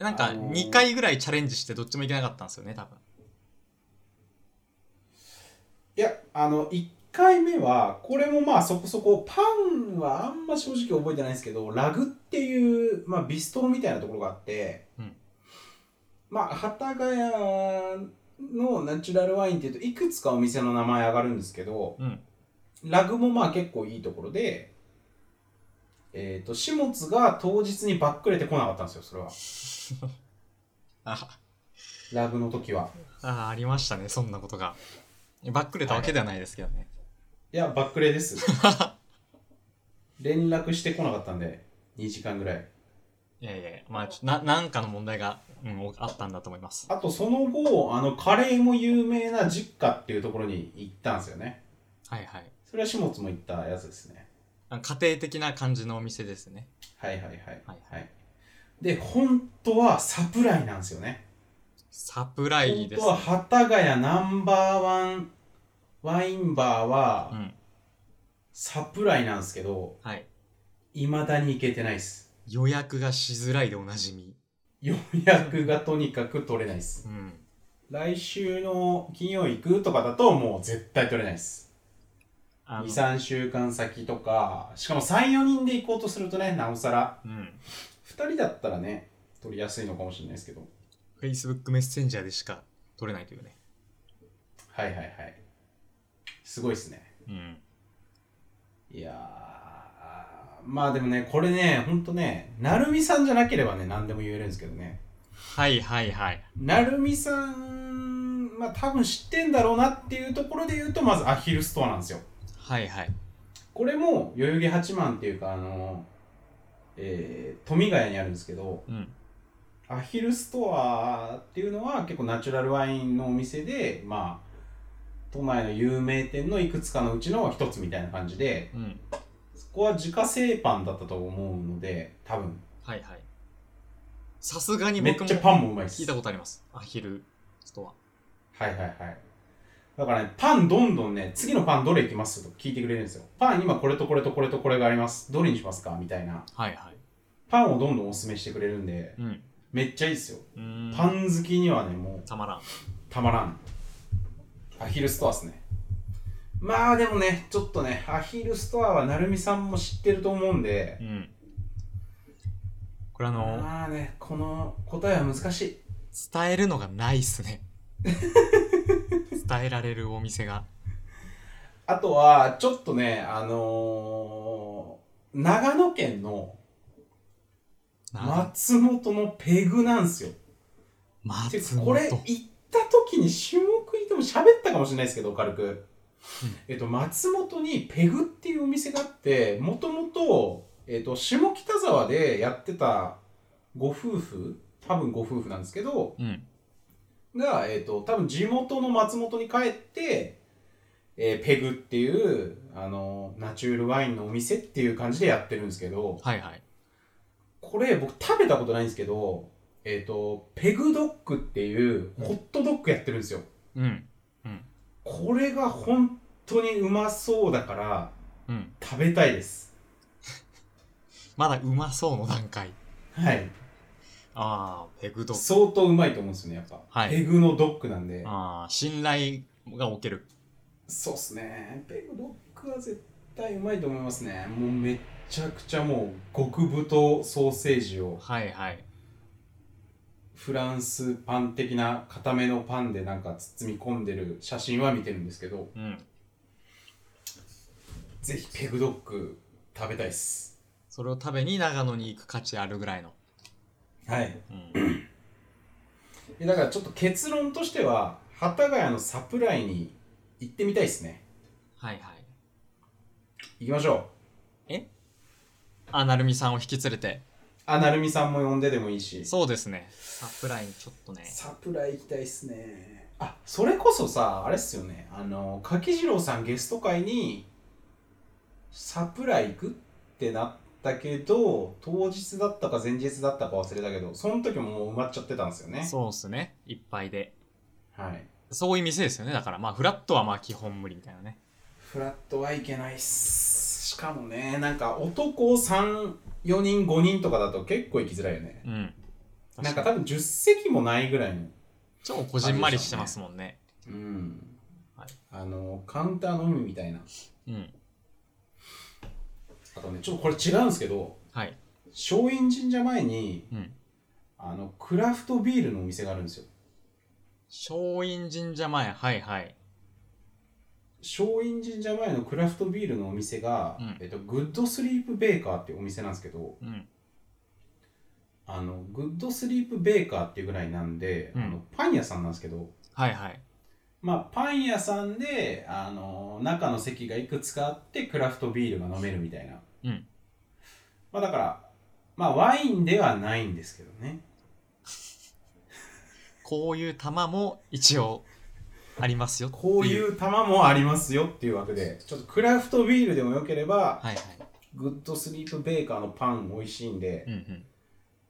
A: なんか
B: あのー
A: 2回ぐらいチャレンジしてどっちもいけなかったんですよね、多分。
B: いやあの1回目はこれもまあそこそこパンはあんま正直覚えてないんですけどラグっていう、まあ、ビストロみたいなところがあって、
A: うん
B: まあ幡ヶ谷のナチュラルワインっていうといくつかお店の名前上がるんですけど、
A: うん
B: ラグもまあ結構いいところで、えー、と始末が当日にばっくれてこなかったんですよそれは
A: あ
B: ラグの時は
A: あありましたねそんなことがバックれたわけではないですけどね、
B: いやばっくれです *laughs* 連絡してこなかったんで2時間ぐらい
A: い、やいやまあちょななんかの問題が、うん、あったんだと思います
B: あとその後あのカレーも有名な実家っていうところに行ったんですよね
A: はいはい
B: それは始末も行ったやつですね
A: あ家庭的な感じのお店ですね
B: はいはいはい
A: はい
B: はいで本当はサプライなんですよね
A: サプライです、
B: 本当は幡ヶ谷ナンバーワンワインバーは、
A: うん
B: サプライなんですけど
A: はい
B: いまだに行けてないです
A: 予約がしづらいでおなじみ
B: 予約がとにかく取れないです
A: うん
B: 来週の金曜行くとかだともう絶対取れないです
A: あの
B: 23週間先とかしかも34人で行こうとするとねなおさら
A: うん
B: 2人だったらね取りやすいのかもしれないですけど
A: Facebook メッセンジャーでしか取れないというね
B: はいはいはいすごいですね
A: うん
B: いやーまあでもねこれねほんとねなるみさんじゃなければね何でも言えるんですけどね
A: はいはいはい
B: なるみさんまあ多分知ってんだろうなっていうところで言うとまずアヒルストアなんですよ
A: はいはい
B: これも代々木八幡っていうかあのえー、富ヶ谷にあるんですけど
A: うん
B: アヒルストアっていうのは結構ナチュラルワインのお店でまあ都内の有名店のいくつかのうちの一つみたいな感じで
A: うん
B: そこは自家製パンだったと思うので多分
A: はいはいさすがに
B: めっ
A: 僕
B: ちゃパ
A: も
B: ンもうまいです
A: 聞いたことありますアヒルスト
B: はいはいはいだからねパンどんどんね次のパンどれいきますと聞いてくれるんですよパン今これとこれとこれとこれがありますどれにしますかみたいな
A: アはいはい
B: パンをどんどんおすすめしてくれるんで
A: うん
B: めっちゃいいですよ
A: うーん
B: パン好きにはねもう
A: たまらん
B: たまらんアヒルストアっすねまあでもねちょっとねアヒルストアは成美さんも知ってると思うんで
A: うんこれあの
B: まあねこの答えは難しい
A: 伝えるのがないっす *laughs* ね伝えられるお店が
B: あとはちょっとねあのー、長野県の
A: な
B: 松本のペグなんすよ。て
A: 松
B: かこれ行
A: 本
B: った時に種目にでも喋ったかもしれないですけど軽く、えっと、松本にペグっていうお店があってもともと、えっと、下北沢でやってたご夫婦多分ご夫婦なんですけど
A: うん
B: が、えっと、多分地元の松本に帰って、えーペグっていうあのナチュールワインのお店っていう感じでやってるんですけど
A: はいはい
B: これ僕食べたことないんですけど、えっ、と、ペグドッグっていうホットドッグやってるんですよ。
A: うんうん
B: これが本当にうまそうだから
A: うん
B: 食べたいです。
A: まだうまそうの段階
B: はい。
A: ああペグドッグ
B: 相当うまいと思うんですよね、やっぱ。
A: はい
B: ペグのドッグなんで。
A: ああ信頼がおける
B: そうっすね。ペグドッグは絶対うまいと思いますね。もうめっちゃくちゃもう極太ソーセージを
A: はいはい
B: フランスパン的な固めのパンでなんか包み込んでる写真は見てるんですけど、
A: うん
B: ぜひペグドッグ食べたいっす。
A: それを食べに長野に行く価値あるぐらいの、
B: はい。
A: うん、
B: だからちょっと結論としては、幡ヶ谷のサプライに行ってみたいっすね。
A: はいはい
B: 行きましょう。
A: あなるみさんを引き連れて
B: あ、なるみさんも呼んででもいいし。
A: そうですねサプライにちょっとね
B: サプライ行きたいっすね。あ、それこそさ、あれっすよね。あの、柿次郎さんゲスト会に、サプライ行くってなったけど、当日だったか前日だったか忘れたけど、その時ももう埋まっちゃってたんですよね。
A: そうっすねいっぱいで
B: はい。
A: そういう店ですよねだからまあフラットはまあ基本無理みたいなね
B: フラットはいけないっすしかもねなんか男34人5人とかだと結構行きづらいよね
A: うん
B: なんか多分10席もないぐらいの
A: 超こじんまりしてますもんね
B: うん、
A: はい
B: あのカウンターのみみたいな
A: うん
B: あとねちょっとこれ違うんですけど
A: はい
B: 松陰神社前に
A: うん
B: あのクラフトビールのお店があるんですよ
A: 松松陰神社前はいはい
B: 松陰神社前のクラフトビールのお店が、
A: うん
B: えっと、グッドスリープベーカーっていうお店なんですけど
A: うん
B: あのグッドスリープベーカーっていうぐらいなんで、
A: うん
B: あのパン屋さんなんですけど、
A: はいはい
B: まあ、パン屋さんであの中の席がいくつかあってクラフトビールが飲めるみたいな、
A: うん
B: まあ、だから、まあ、ワインではないんですけどね
A: こういう玉も一応ありますよって
B: こういうう玉もありますよっていうわけでちょっとクラフトビールでもよければ
A: はいはい
B: グッドスリープベーカーのパン美味しいんで、
A: うんうん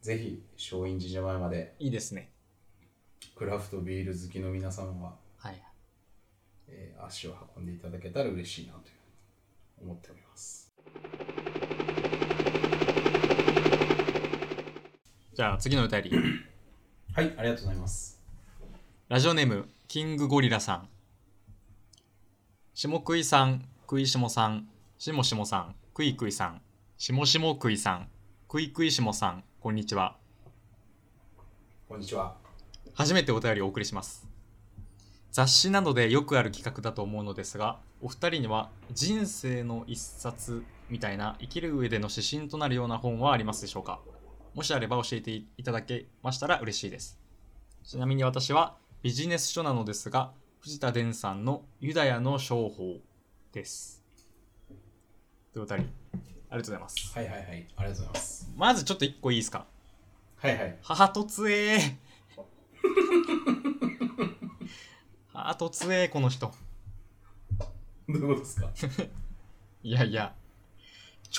B: ぜひ松陰寺前まで
A: いいですね
B: クラフトビール好きの皆様は、
A: はい
B: えー足を運んでいただけたら嬉しいなというふうに思っております
A: じゃあ次の歌より
B: はいありがとうございます
A: ラジオネームキングゴリラさん下食いさん食いしもさんしもしもさん食い食いさんしもしも食いさん食い食いしもさんこんにちは
B: こんにちは
A: 初めてお便りをお送りします雑誌などでよくある企画だと思うのですがお二人には人生の一冊みたいな生きる上での指針となるような本はありますでしょうかもしあれば教えていただけましたら嬉しいですちなみに私はビジネス書なのですが藤田伝さんの「ユダヤの商法」ですというお便りありがとうございます
B: はいはいはいありがとうございます
A: まずちょっと一個いいですか
B: はいはい
A: 母とつえー母とつえーこの人
B: どういうことですか
A: いやいや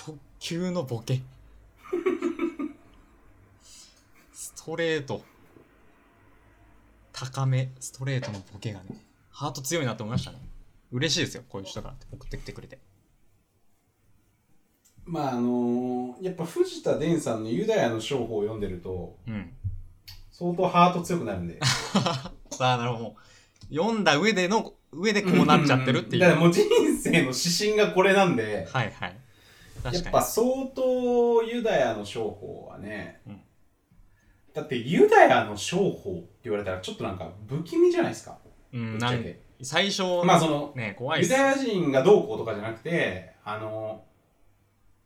A: 直球のボケストレート高めストレートのボケがねハート強いなって思いましたね嬉しいですよこういう人が送ってきてくれて
B: まああのーやっぱ藤田伝さんの「ユダヤの商法」を読んでると
A: うん
B: 相当ハート強くなるんで
A: さあなるほどもう読んだ上での上でこうなっちゃってるっていう
B: だからもう人生の指針がこれなんで
A: はいはい
B: や
A: 確
B: っ
A: かに
B: ぱ相当ユダヤの商法はね、
A: うん
B: だってユダヤの商法って言われたらちょっとなんか不気味じゃないですか、
A: うん
B: ぶっ
A: な
B: ちゃ
A: ん
B: け
A: 最初
B: まあその
A: ね怖いっ
B: ユ
A: す
B: ダヤ人がどうこうとかじゃなくてあの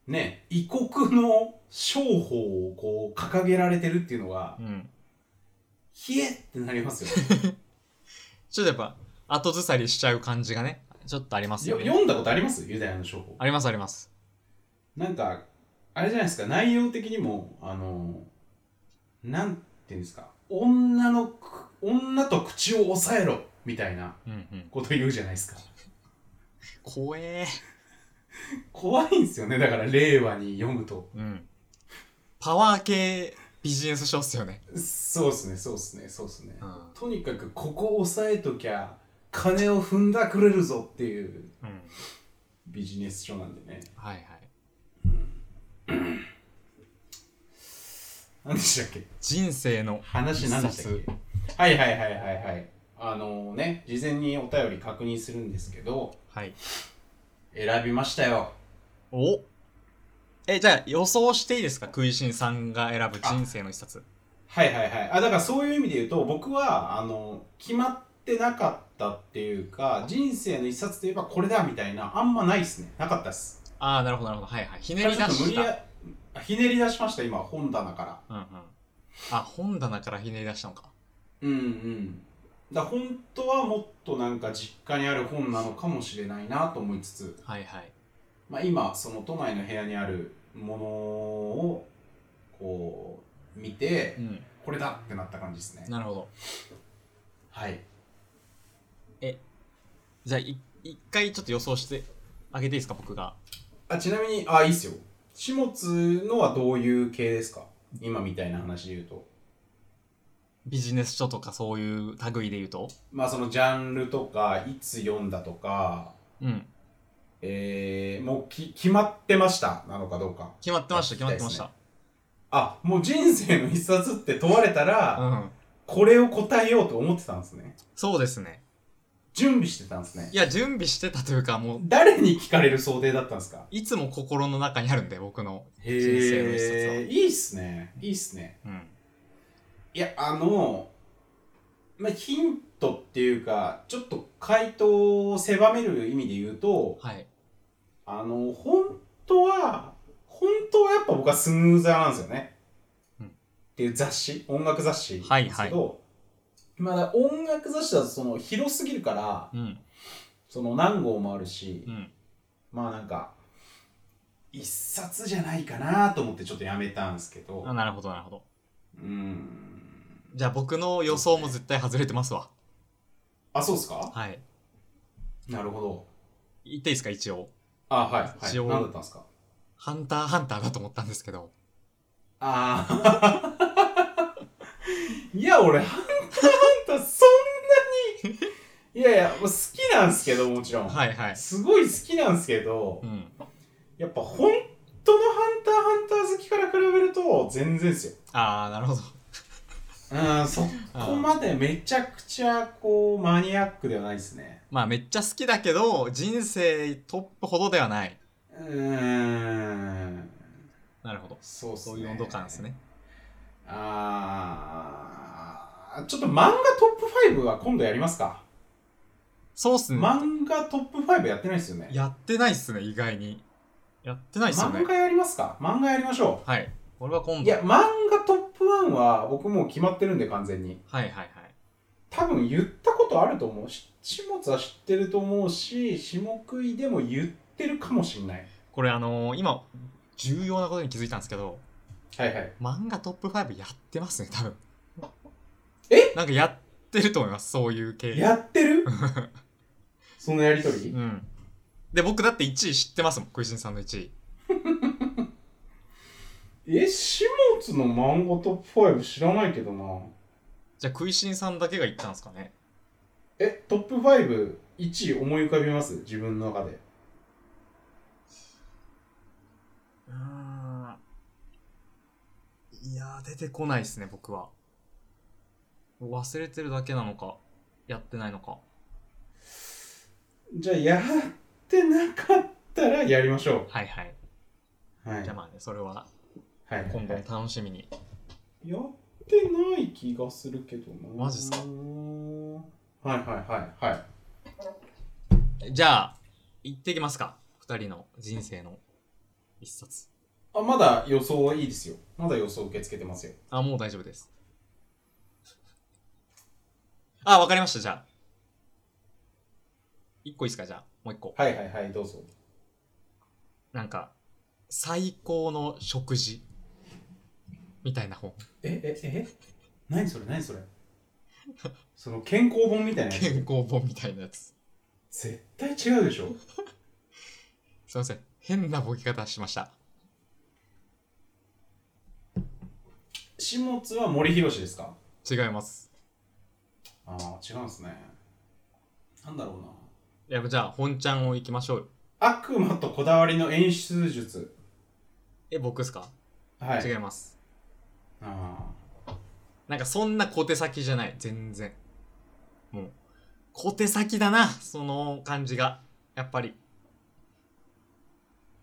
B: ね異国の商法をこう掲げられてるっていうのが
A: うん、
B: 冷えってなりますよ
A: ちょっとやっぱ後ずさりしちゃう感じがねちょっとありますよ
B: よ
A: ね
B: 読んだことありますユダヤの商法
A: ありますあります
B: なんかあれじゃないですか内容的にもあのなんていうんですか女のく女と口を押さえろみたいな
A: うんうん
B: こと言うじゃないですか
A: 怖え
B: 怖いんですよねだから令和に読むと
A: うんパワー系ビジネス書っすよね
B: そうっすねそうっすねそうっすね、
A: うん、
B: とにかくここ押さえときゃ金を踏んだくれるぞっていう
A: うん、
B: ビジネス書なんでね
A: はいはい
B: 何でしたっけ
A: 人生の
B: 話何でしたっけはいはいはいはいはいあのね事前にお便り確認するんですけど
A: はい
B: 選びましたよ
A: おえじゃあ予想していいですか食いしんさんが選ぶ人生の一冊
B: はいはいはいあだからそういう意味で言うと僕はあの決まってなかったっていうか人生の一冊といえばこれだみたいなあんまないっすねなかったっす
A: ああなるほどなるほどはいはいひね
B: ちょ
A: り
B: っ
A: 出
B: と無
A: し
B: 理
A: た
B: やひねり出しました今本棚から
A: うんうんあ本棚からひねり出したのか
B: うんうんだから本当はもっとなんか実家にある本なのかもしれないなと思いつつ、
A: はいはい
B: まあ、今その都内の部屋にあるものをこう見て
A: うん
B: これだってなった感じですね
A: なるほど
B: はい
A: じゃあい一回ちょっと予想してあげていいですか僕が
B: あちなみにあいいっすよ始末のはどういう系ですか今みたいな話で言うと
A: ビジネス書とかそういう類で言うと
B: まあそのジャンルとかいつ読んだとか
A: うん
B: えー、もうき決まってましたなのかどうか
A: 決まってました
B: 聞き
A: 決ま
B: た
A: っ
B: い
A: てました、
B: あもう人生の一冊って問われたら、
A: うん
B: これを答えようと思ってたんですね
A: そうですね
B: 準備してたんですね
A: いや準備してたというかもう
B: 誰に聞かれる想定だったんですか
A: いつも心の中にあるんで僕の
B: へ
A: 人生の一冊は
B: えいいっすねいいっすね
A: うん
B: いやあのまあヒンとっていうかちょっと回答を狭める意味で言うと
A: はい
B: あの本当は本当はやっぱ僕はスヌーザーなんですよね、
A: うん
B: っていう雑誌音楽雑誌
A: はい
B: ですけど、まだ音楽雑誌だとその広すぎるから
A: うん
B: その何号もあるし、
A: うん
B: まあなんか一冊じゃないかなと思ってちょっとやめたんですけど
A: あなるほどなるほど
B: うん
A: じゃあ僕の予想も絶対外れてますわ
B: あそうですか
A: はい
B: なるほど
A: 言っていいですか一応
B: あはい、はい、
A: 一応
B: 何だったんですか
A: 「ハンターハンター」だと思ったんですけど
B: ああ *laughs* いや俺ハンターハンターそんなにいやいや好きなんですけどもちろん、
A: はいはい
B: すごい好きなんですけど
A: うん
B: やっぱ本当のハンターハンター好きから比べると全然ですよ
A: ああなるほど
B: うんそ
A: あ
B: こ
A: ー
B: までめちゃくちゃこうマニアックではないですね
A: まあめっちゃ好きだけど人生トップほどではないう
B: ーん
A: なるほど
B: そうっす
A: そ
B: ね
A: ういう温度感ですね
B: あーちょっと漫画トップ5は今度やりますか
A: そうっすね、
B: 漫画トップ5やってないですよね
A: やってないっすね意外にやってないっすよね
B: 漫画やりますか漫画やりましょ
A: はい俺は今
B: うい
A: 度
B: や漫画トップ1は僕もう決まってるんで完全に
A: はいはいはい
B: 多分言ったことあると思うし下津は知ってると思うし下食いでも言ってるかもしんない
A: これあのー今重要なことに気づいたんですけど
B: はいはい
A: 漫画トップ5やってますね多分
B: え
A: なんかやってると思いますそういう系
B: やって
A: *laughs*
B: るそのやりとり
A: うんで僕だって1位知ってますもん食いしんさんの1位
B: え下津の漫画トップ5知らないけどな
A: じゃあ食いしんさんだけが言ったんですかね
B: えトップ51位思い浮かびます自分の中で
A: うーんいやー出てこないっすね僕は忘れてるだけなのかやってないのか
B: じゃあやってなかったらやりましょ
A: はいはい、
B: うはい
A: じゃあまあねそれは
B: はい
A: 今度の楽しみに
B: やってない気がするけどな
A: マジっすか
B: はいはいはいはい
A: じゃあ行ってきますか2人の人生の一冊
B: あまだ予想はいいですよまだ予想受け付けてますよ
A: あもう大丈夫ですあわかりましたじゃあ1個いいですかじゃあもう1個
B: はいはいはいどうぞ
A: なんか最高の食事みたいな本 *laughs*
B: えええ何それ何それ *laughs* その健康本みたいなや
A: 健康本みたいなやつ
B: つ絶対違うでしょ
A: すいません変なボケ方しました
B: 下津は森博ですか
A: 違います
B: ああ違うんですねなんだろうない
A: やじゃあ本ちゃんを行きましょうよ
B: 悪魔とこだわりの演出術
A: え僕ですか、
B: は
A: 違い
B: い
A: ます
B: あ
A: なんかそんな小手先じゃない、全然。もう、小手先だな、その感じが。やっぱり。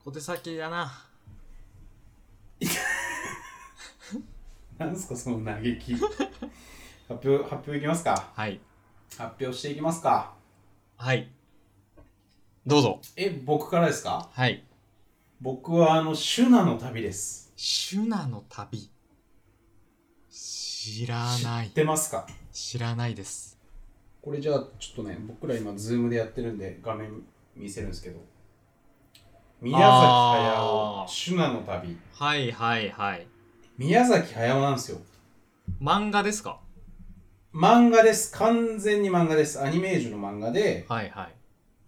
A: 小手先だな。
B: ーなんですかその嘆き発表発表いきますか
A: はい。
B: 発表していきますか
A: はい。どうぞ。
B: え僕からですか
A: はい。
B: 僕はあのシュナの旅です
A: シュナの旅。知らない
B: 知っ。てますか
A: 知らないです。
B: これじゃあちょっとね僕ら今ズームでやってるんで画面見せるんですけど宮崎
A: あー
B: 駿シュナの旅
A: はいはいはい。
B: 宮崎駿なんですよ
A: 漫画ですか
B: 漫画です完全に漫画ですアニメージュの漫画で
A: はいはい。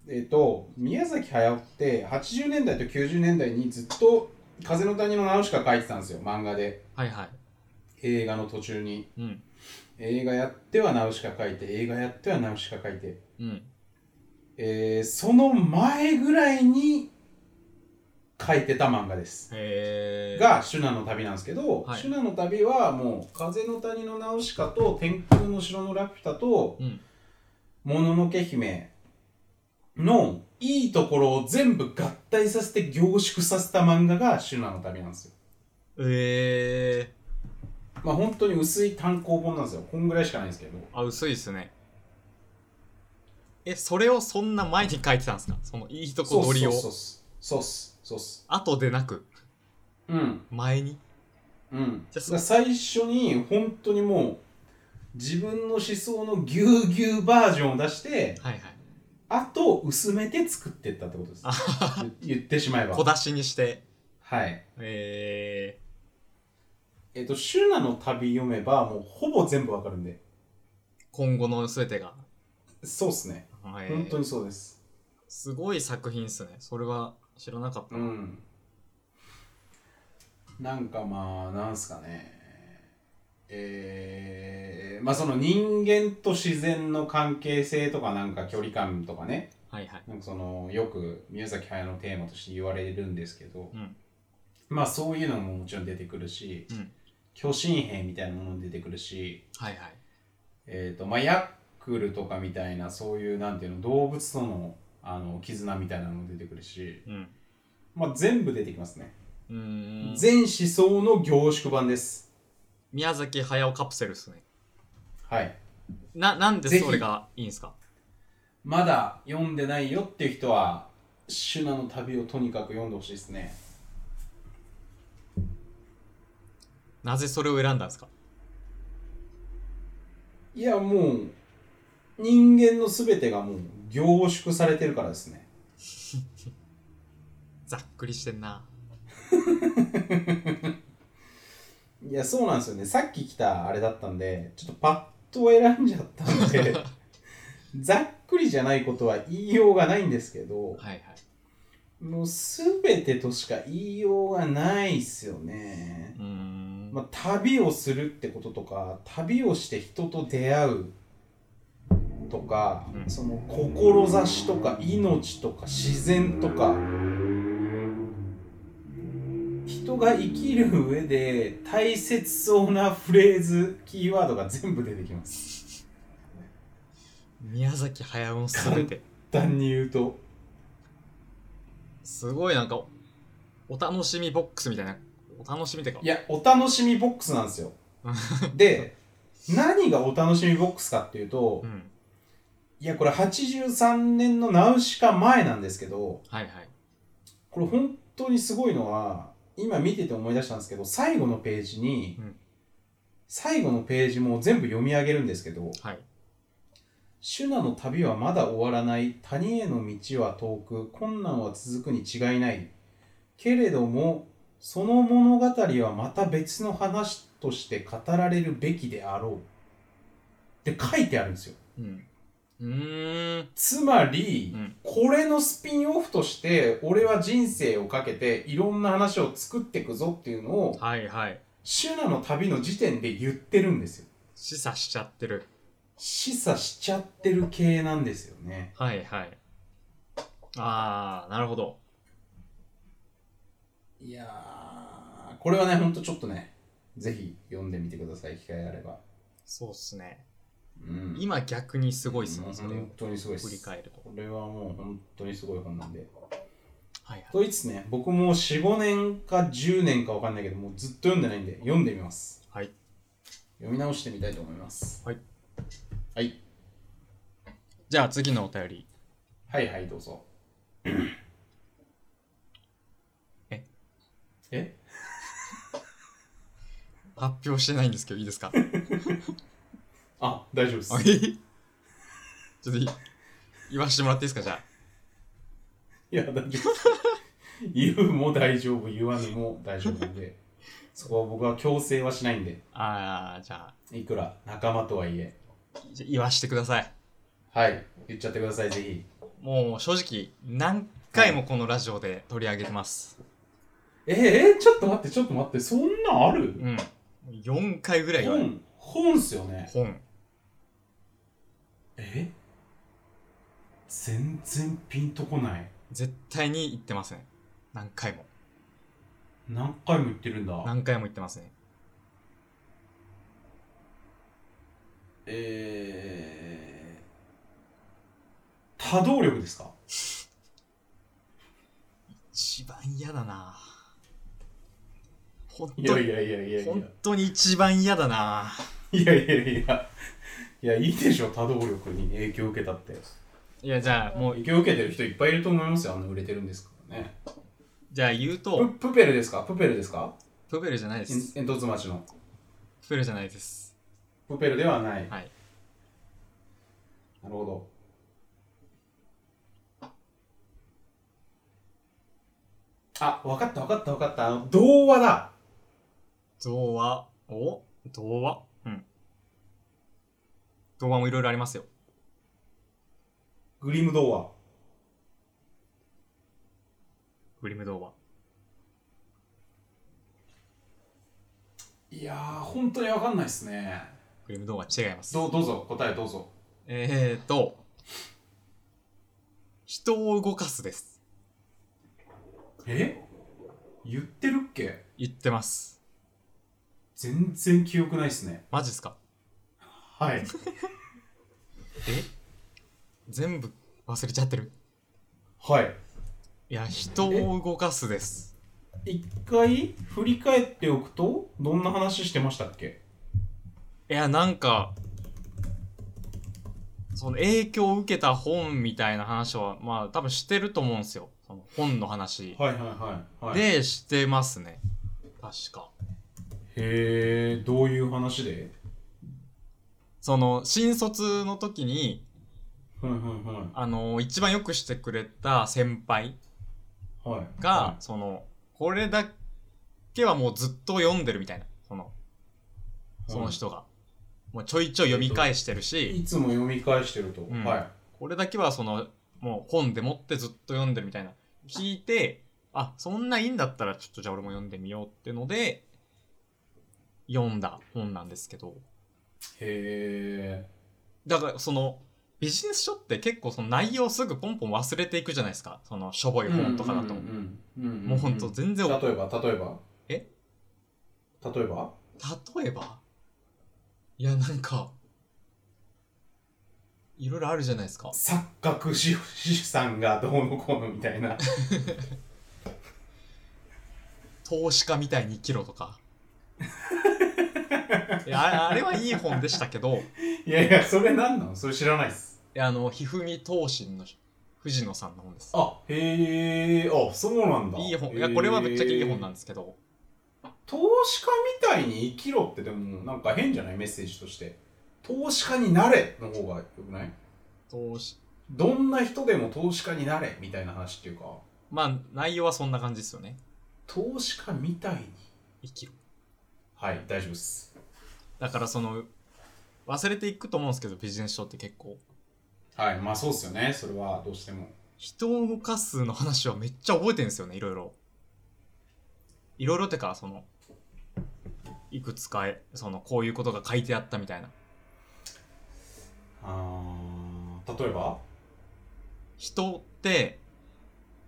B: えっと宮崎駿って80年代と90年代にずっと「風の谷のナウシカ」書いてたんですよ漫画で
A: はいはい。
B: 映画の途中に
A: うん。
B: 映画やってはナウシカ書いて映画やってはナウシカ書いて
A: うん。
B: えーその前ぐらいに書いてた漫画です。
A: へー。
B: が「シュナの旅」なんですけど「
A: はい
B: シュナの旅」はもう「風の谷のナウシカ」と「天空の城のラピュタ」と
A: うん。
B: 「もののけ姫」のいいところを全部合体させて凝縮させた漫画が「シュナの旅」なんですよ。
A: え
B: まあ本当に薄い単行本なんですよ。こんぐらいしかないんですけど。
A: ー。あ、薄いっすね。えそれをそんな前に書いてたんですかそのいいと
B: そ
A: こ
B: う
A: 取りを
B: そうそうそうっすそうっすそうっす
A: 後でなく
B: うん
A: 前に
B: うん
A: じゃあ
B: だ
A: そ
B: から最初に本当にもう自分の思想のぎゅうぎゅうバージョンを出して
A: はいはい
B: あと薄めて作ってったってことです
A: あはは
B: 言言ってしまえば
A: 小出しにして
B: はい
A: え
B: えっ、と「シュナの旅」読めばもうほぼ全部わかるんで
A: ー、今後の全てが、
B: そうっすね、
A: はい
B: 本当にそうです
A: すごい作品っすねそれは知らなかった、
B: うんなんかまあなんすかねえー、まあその人間と自然の関係性とかなんか距離感とかね
A: はいはい
B: なんかそのよく宮崎駿のテーマとして言われるんですけど、
A: うん
B: まあそういうのももちろん出てくるし、
A: うん
B: 巨神兵みたいなものも出てくるし、
A: はいはい
B: えーとまあ、ヤックルとかみたいなそういうなんていうの動物とのあの絆みたいなのも出てくるし、
A: うん
B: まあ、全部出てきますね、
A: うーん
B: 全思想の凝縮版です
A: 宮崎駿カプセルっすね
B: はい
A: ななんで
B: ぜひ
A: それがいいんですか
B: まだ読んでないよっていう人は「シュナの旅」をとにかく読んでほしいですね
A: なぜそれを選んだんですか
B: いやもう人間の全てがもう凝縮されてるからですね
A: ざっくりしてんない
B: やそうなんですよねさっき来たあれだったんでちょっとパッと選んじゃったんでざっくりじゃないことは言いようがないんですけど
A: はいはい
B: もう全てとしか言いようがないっすよね
A: う、ーん、
B: まあ、旅をするってこととか旅をして人と出会うとか、
A: うん
B: その志とか命とか自然とか人が生きる上で大切そうなフレーズキーワードが全部出てきます
A: 宮崎駿の全て
B: 簡単に言うと
A: すごいなんかおお楽しみボックスみたいなお楽しみってか
B: いやお楽しみボックスなんで
A: *laughs*
B: すよで何がお楽しみボックスかっていうと、
A: うん
B: いやこれ83年のナウシカ前なんですけど
A: はいはい
B: これ本当にすごいのは今見てて思い出したんですけど最後のページに、
A: うん
B: 最後のページも全部読み上げるんですけど
A: はい
B: 「シュナの旅はまだ終わらない谷への道は遠く困難は続くに違いないけれどもその物語はまた別の話として語られるべきであろう」って書いてあるんですよ
A: うんうーん
B: つまり、
A: うん
B: これのスピンオフとして俺は人生をかけていろんな話を作っていくぞっていうのを
A: はいはい
B: シュナの旅の時点で言ってるんですよ
A: 示唆しちゃってる
B: 示唆しちゃってる系なんですよね
A: はいはいああなるほど
B: いやーこれはねほんとちょっとねぜひ読んでみてください機会あれば、
A: そうっすね
B: うん、
A: 今逆にすごいっすねそれを
B: 本当にすごいです
A: 振り返ると
B: これはもう本当にすごい本なんで
A: はいはい
B: といつね僕も45年か10年かわかんないけどもうずっと読んでないんで読んでみます
A: はい
B: 読み直してみたいと思います。
A: はい。
B: はい。
A: じゃあ次のお便り
B: はいはい、どうぞ。
A: え
B: え
A: 発表してないんですけどいいです
B: *laughs*
A: か
B: あ、大丈夫です
A: あ。えちょっとい言わしてもらっていいですかじゃあ
B: いや、大丈夫です。 *laughs* 言うも大丈夫、言わぬも大丈夫なんで、そこは僕は強制はしないんで、
A: ああじゃあ
B: いくら仲間とはいえ。
A: じゃあ言わしてください
B: はい、言っちゃってください、ぜひ。
A: もう正直何回もこのラジオで取り上げてます
B: えー、えーちょっと待って、ちょっと待って、そんなんあ
A: う
B: る
A: ん4回ぐらい言われる
B: 本、本っすよね。
A: 本
B: え全然ピンとこない。
A: 絶対に言ってますね何回も
B: 何回も言ってるんだ。
A: 何回も言ってますね
B: えー、多動力ですか
A: 一番嫌だな本
B: い
A: 当
B: や
A: に
B: いやいやいやいや
A: 本当に一番嫌だない
B: やいやいやいやいいでしょ多動力に影響を受けたって
A: いや、じゃあ、もう、
B: 影響を受けてる人いっぱいいると思いますよ、あんな売れてるんですからね。
A: じゃあ言う
B: プ
A: と、
B: プペルですかプペルですか
A: プペルじゃないです。
B: 煙突町の。
A: プペルじゃないです。
B: プペルではない。
A: はい。
B: なるほど。あ、わかったわかったわかった。あの、童話だ。
A: 童話、お童話うん。童話もいろいろありますよ。
B: グリム童話。
A: グリム童話。
B: いやー、本当にわかんないですね。
A: グリム童話違います。
B: どうどうぞ、答えどうぞ。
A: えーと、人を動かすです。
B: え言ってるっけ
A: 言ってます。
B: 全然記憶ないっすね。
A: マジっすか
B: はい。
A: え全部忘れちゃってる。
B: はい。
A: いや、人を動かすです。
B: 一回振り返っておくと、どんな話してましたっけ
A: いや、なんか、その影響を受けた本みたいな話は、まあ多分してると思うんですよ。その本の話。
B: はいはいはい。はい、
A: で、してますね。確か。
B: へえ、どういう話で
A: その、新卒の時に、
B: はいは
A: あの、一番よくしてくれた先輩
B: いはい。はい。
A: が、その、これだけはもうずっと読んでるみたいな。その、その人が。もうちょいちょい読み返してるし、
B: いつも読み返してると。
A: ん
B: はい。
A: これだけはそのもう本でもってずっと読んでるみたいな聞いてあそんないいんだったらちょっとじゃあ俺も読んでみようってので読んだ本なんですけど
B: へ
A: だからそのビジネス書って結構その内容すぐポンポン忘れていくじゃないですかそのしょぼ
B: え。
A: い本とかだと、
B: うんうんうんうんうん
A: もうほんと全然
B: 例えば、例えば。
A: え
B: 例えば
A: 例えばいやなんかいろいろあるじゃないですか
B: 錯覚し主さんがどうのこうのみたいな。
A: 投資家みたいに生きろとかいやあれあれはいい本でしたけど
B: いやいや、それ何なのそれ知らないっす。
A: いやあの、ひふみ投信の藤野さんの本です。
B: あ、へえ、あ、そうなんだ。
A: いい本。いや、これはぶっちゃけいい本なん
B: だ。
A: ですけど、
B: 投資家みたいに生きろってでも、なんか変じゃないメッセージとして。投資家になれの方がよくない
A: 投資、
B: どんな人でも投資家になれみたいな話っていうか、
A: まあ、内容はそんな感じですよね。
B: 投資家みたいに。
A: 生きる。
B: はい、大丈夫です。
A: だから、その、忘れていくと思うんですけど、ビジネス書って結構。
B: はい、まあそうっすよね、それはどうしても。
A: 人を動かすの話はめっちゃ覚えてるんですよね、いろいろ。いろいろってか、その、いくつか、その、こういうことが書いてあったみたいな。
B: あー例えば
A: 人って、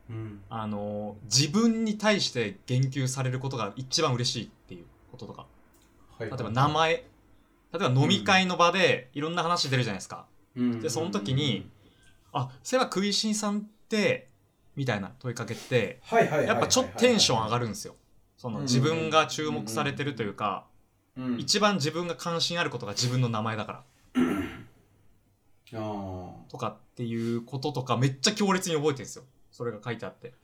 B: うん。
A: あの、自分に対して言及されることが一番嬉しいっていうこととか。
B: はい
A: 例えば名。前例えば飲み会の場でいろんな話出るじゃないですか、
B: うん
A: でその時に。あそういえば食いしんさんってみたいな問いかけって
B: はいはいはいはいは
A: や
B: い。
A: っぱちょっとテンション上が
B: る。
A: るんですよその
B: うん
A: 自分が注目されてるというか、
B: うん。
A: 一番自分が関心あることが自分の名前だから
B: あー
A: とかっていうこととかめっちゃ強烈に覚えてるんですよそれが書いてあって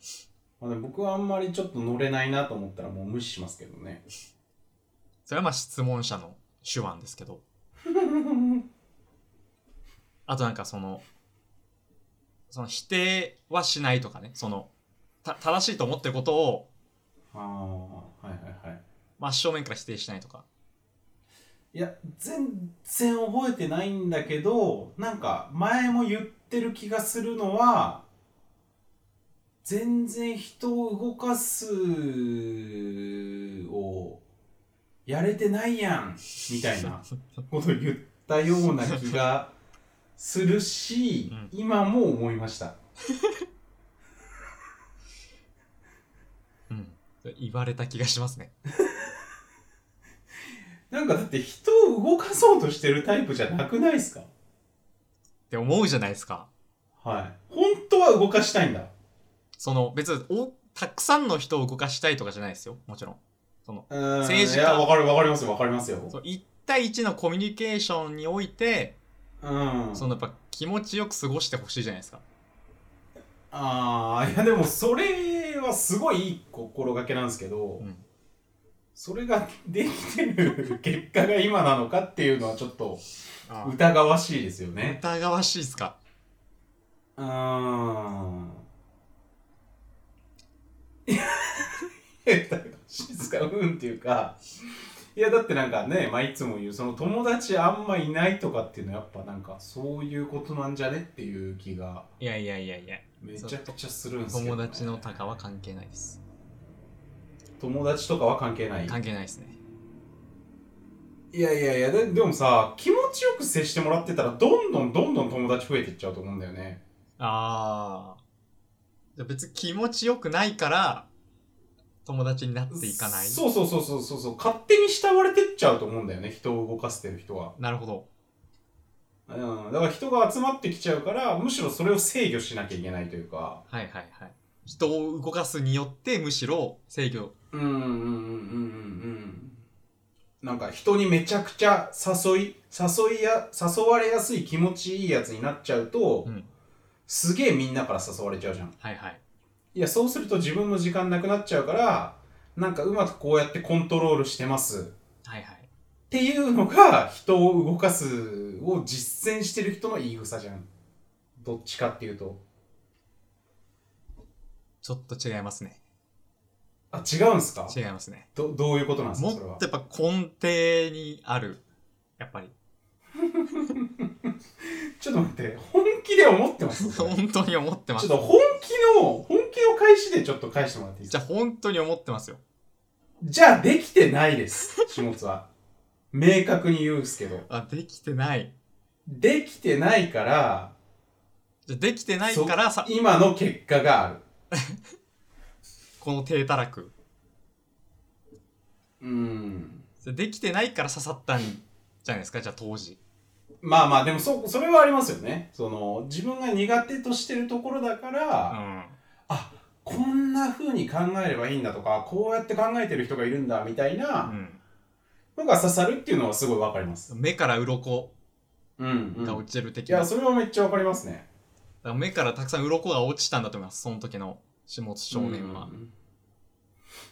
B: まあ、でも僕はあんまりちょっと乗れないなと思ったらもう無視しますけどね。
A: それはまあ質問者の手腕ですけどあとなんかその、その否定はしないとかね、その、た正しいと思ってることを
B: ああ、はいはいはい。
A: 真正面から否定しないとか。
B: いや、全然覚えてないんだけど、なんか前も言ってる気がするのは、全然人を動かすをやれてないやんみたいなことを言ったような気がするし、
A: うん
B: 今も思いました。
A: *laughs* うん。言われた気がしますね。
B: なんかだって人を動かそうとしてるタイプじゃなくないですか
A: って思うじゃないですか。
B: はい。本当は動かしたいんだ。
A: その、別にお、たくさんの人を動かしたいとかじゃないですよ。もちろん。
B: 政
A: 政治家
B: いや、わかる、わかりますよ、わかりますよ。
A: その1対1のコミュニケーションにおいて、
B: うん
A: そのやっぱ気持ちよく過ごしてほしいじゃないですか
B: ああいやでもそれはすごいいい心がけなんですけど、
A: うん
B: それができてる結果が今なのかっていうのはちょっと
A: あー
B: 疑わしいですよね
A: 疑わしいっすか
B: うーんいや疑わしいですかうんっていうかいやだってなんかね、まあ、いつも言うその友達あんまいないとかっていうのはやっぱなんかそういうことなんじゃねっていう気が
A: いやいやいやいや
B: めちゃくちゃするんですけど、
A: 友
B: ね、
A: 達のたかは関係ないです
B: 友達とかは関係ない
A: 関係ないですね
B: いやいやいやででもさ気持ちよく接してもらってたらどんどんどんどん友達増えていっちゃうと思うんだよね
A: ああじゃあ別に気持ちよくないから友達になっていかない
B: そうそうそうそうそうそう勝手に慕われてっちゃうと思うんだよね人を動かせてる人は
A: なるほど
B: うんだから人が集まってきちゃうからむしろそれを制御しなきゃいけないというか
A: はいはいはい人を動かすによってむしろ制御
B: うんうんうんうんうんうんなんか人にめちゃくちゃ誘い誘いや誘われやすい気持ちいいやつになっちゃうと、
A: うん
B: すげえみんなから誘われちゃうじゃん
A: はいはい
B: いやそうすると自分の時間なくなっちゃうからなんかうまくこうやってコントロールしてます
A: はいはい
B: っていうのが人を動かすを実践してる人の言い草じゃんどっちかっていうと
A: ちょっと違いますね
B: あ違うんすか
A: 違いますね
B: どどういうことなんですか
A: もっ
B: それ
A: と
B: は
A: やっぱ根底にあるやっぱり
B: ちょっと待って本気で思ってますちょ
A: 本当に思ってま
B: っ
A: す
B: と本気の本気の返しでちょっと返してもらっていいです
A: じ
B: か
A: ゃあ本当に思ってますよ
B: じゃあできてないです下津は明確に言うんすけど
A: あできてない
B: できてないから
A: じゃあできてないからさ
B: 今の結果がある
A: この低たらく
B: うん
A: じゃあできてないから刺さったんじゃないですかじゃあ当時
B: まあまあでもそそれはありますよねその自分が苦手としてるところだか
A: う
B: ら、
A: ん
B: こんな風に考えればいいんだとかこうやって考えてる人がいるんだみたいうなんのが刺さるっていうのはすごいわかります
A: 目から鱗
B: うん、うん、
A: が
B: い
A: 落ちてる的な、
B: やそれはめっちゃわかりますね
A: だから目からたくさん鱗が落ちたんだと思いますその時の始末少年は、
B: うん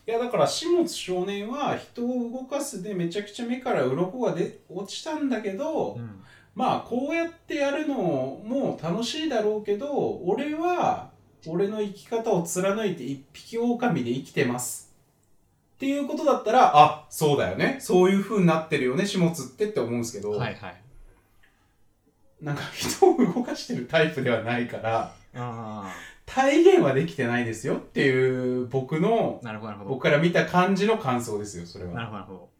B: いやだから始末少年は人を動かすでめちゃくちゃ目から鱗がで落ちたんだけど、
A: うん
B: まあこうやってやるのも楽しいだろうけど俺は俺の生き方を貫いて一匹狼で生きてますっていうことだったらあそうだよねそういう風になってるよね始末ってって思うんですけど、
A: はいはい
B: なんか人を動かしてるタイプではないから
A: あ
B: 体現はできてないですよっていう僕の
A: あなるほどなるほ
B: 僕から見た感じの感想ですよそれ
A: どなる
B: は。
A: ほどなるほど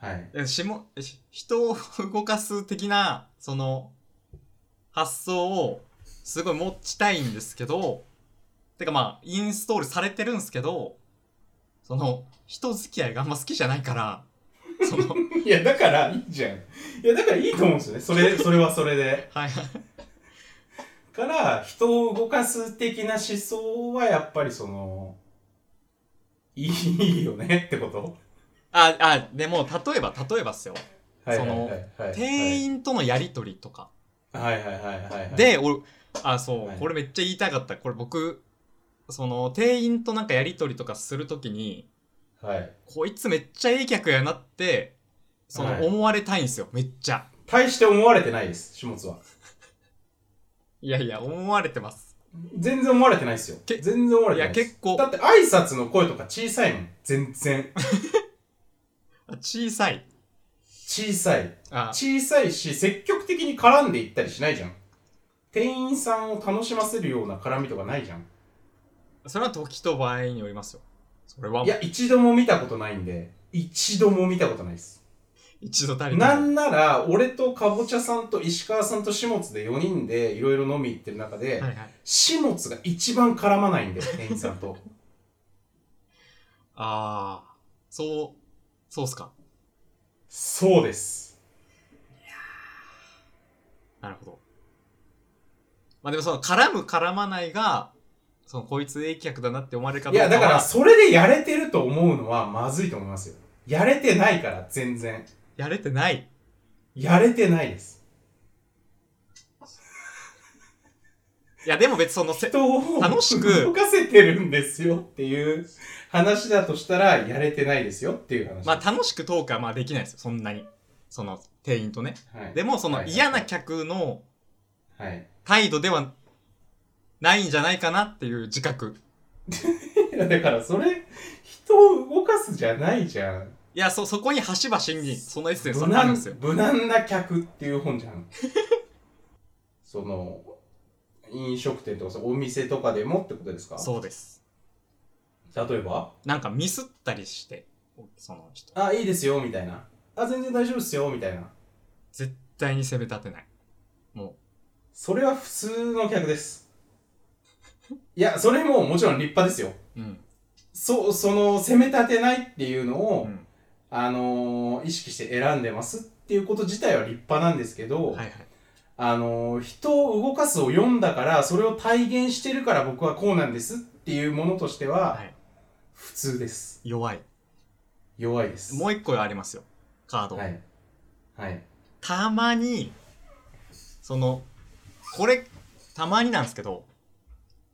B: はい、 *laughs*
A: えしもえし人を動かす的なその発想をすごい持ちたいんですけどてかまあインストールされてるんですけどその人付き合いがあんま好きじゃないからその *laughs*
B: いやだからいいじゃん。いやだからいいと思うんですよねそ
A: *laughs*
B: れそれはそれで。
A: はい
B: から人を動かす的な思想はやっぱりそのいいよねってこと
A: ああでも例えば例えばっすよ
B: はい
A: その
B: はいはいはい
A: 店員とのやり取りとか
B: はいはいはいはいはい
A: で、俺、あ、そう、
B: はい
A: これめっちゃ言いたかった。これ僕、その、店員となんかやりとりとかするときに、
B: はい
A: こいつめっちゃええ客やなって、そ
B: は
A: の、
B: い
A: 思われたいんですよ、めっちゃ。
B: 大して思われてないです始末はい
A: やいや、思われてます。
B: 全然思われてないですよ
A: け
B: 全然思われ
A: い
B: てな
A: や、
B: いです
A: 結構、
B: だって挨拶の声とか小さいもん全然
A: 小さい。
B: 小さい
A: あ、
B: 小さいし積極的に絡んでいったりしないじゃん店員さんを楽しませるような絡みとかないじゃん、
A: それは時と場合によりますよ。それはい
B: や一度も見たことないんで一度も見たことないです
A: 一度たりとも
B: なんなら俺とかぼちゃさんと石川さんと始末で4人でいろいろ飲み行ってる中で、
A: はいはい。
B: 始末が一番絡まないんで店員さん *laughs* と
A: あー、そう、そうっすか。
B: そうです
A: なるほど。まあでもその、絡む絡まないが、その、こいつええ客だなって思われるか
B: い
A: どうか
B: や
A: は。
B: だからそれでやれてると思うのはまずいと思いますよやれてないから全然
A: やれてない。
B: やれてないです
A: いやでも別にそのせ
B: 人を
A: 楽しく
B: 動かせてるんですよっていう話だとしたらやれてないですよっていう話、
A: まあ楽しくトークはまあできないですよそんなにその店員とね
B: はい、
A: でもそ
B: は
A: の
B: い
A: 嫌な客の
B: はい、 *laughs*
A: 態度ではないんじゃないかなっていう自覚
B: いやだからそれ人を動かすじゃないじゃん
A: いやそそこに端々にそのエッセンス
B: 無
A: はあるん
B: 難
A: ですよ
B: 無難な客っていう本じゃん *laughs* その飲食店とかさお店とかでもってことですか
A: そうです
B: 例えば
A: なんかミスったりしてそのちょっと
B: あいいですよみたいなあ全然大丈夫っすよみたいな
A: 絶対に責め立てないも
B: それは普通の客ですいやそれももちろん立派ですよ
A: ううん、
B: そその攻め立てないっていうの
A: う
B: を、
A: ん、
B: あのー意識して選んでますっていうこと自体は立派なんですけど、
A: はいはい
B: あのー人を動かすを読んだからそれを体現してるから僕はこうなんですっていうものとしては、
A: はい
B: 普通です
A: 弱い
B: 弱いです
A: もう一個ありますよカード、
B: はいはい
A: たまにそのこれたまになんですけど、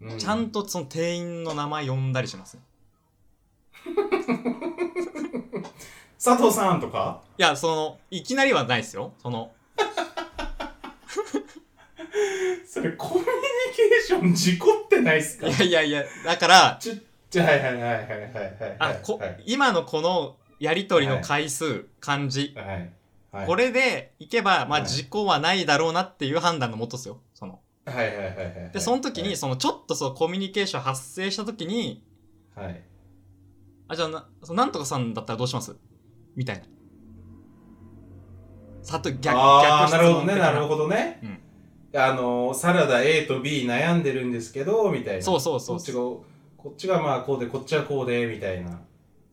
B: う
A: ちゃんとその店員の名前呼んだりしますね
B: 佐藤さんとか *laughs*
A: いやそのいきなりはないですよその
B: それコミュニケーション事故ってないっす
A: *laughs* い
B: か
A: やいやいやだから
B: ちょじゃあはいはいはいはいはいはい
A: あこ
B: はい
A: 今のこのやり取りの回数感じ
B: はいはい
A: これでいけば、まあ、
B: はい
A: 事故はないだろうなっていう判断のもとですよ。その
B: はいはいはいはいはい
A: で、その時に、
B: は
A: そのちょっとそうコミュニケーション発生した時に、
B: いはい
A: あ、じゃあな、そのなんとかさんだったらどうしますみたいな。さと逆、逆
B: あーなるほど
A: 的
B: ねなるほどね、あのサラダ A と B 悩んでるんですけどみたいな
A: そうそうそう
B: こっちがこっちがまあこうでこっちはこうでみたいなっ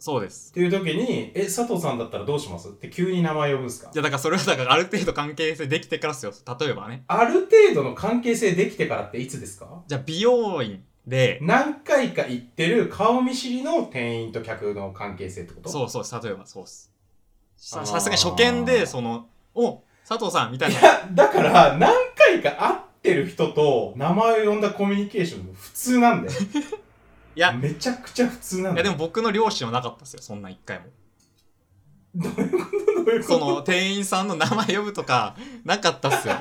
A: そうです。
B: ていう時にえ佐藤さんだったらどうしますって急に名前呼ぶんすか
A: いや、だからそれはだからある程度関係性できてからですよ。例えばね。
B: ある程度の関係性できてからっていつですか
A: じゃあ、美容院で、
B: 何回か行ってる顔見知りの店員と客の関係性ってこと
A: そうそうです、例えばそうです。さ
B: あー
A: さすがに初見で、その、お佐藤さんみたい
B: い
A: な。
B: や、だから、何回か会ってる人と名前を呼んだコミュニケーションも普通なんだよ。
A: *laughs* いや
B: めちゃくちゃ普通なん
A: い
B: だ
A: や、で
B: よ。
A: も僕の両親はなかったですよ。そんな一回 *laughs* も。
B: どういうことどういう
A: そ
B: こと
A: の店員さんの名前呼ぶとかなかったっすよ。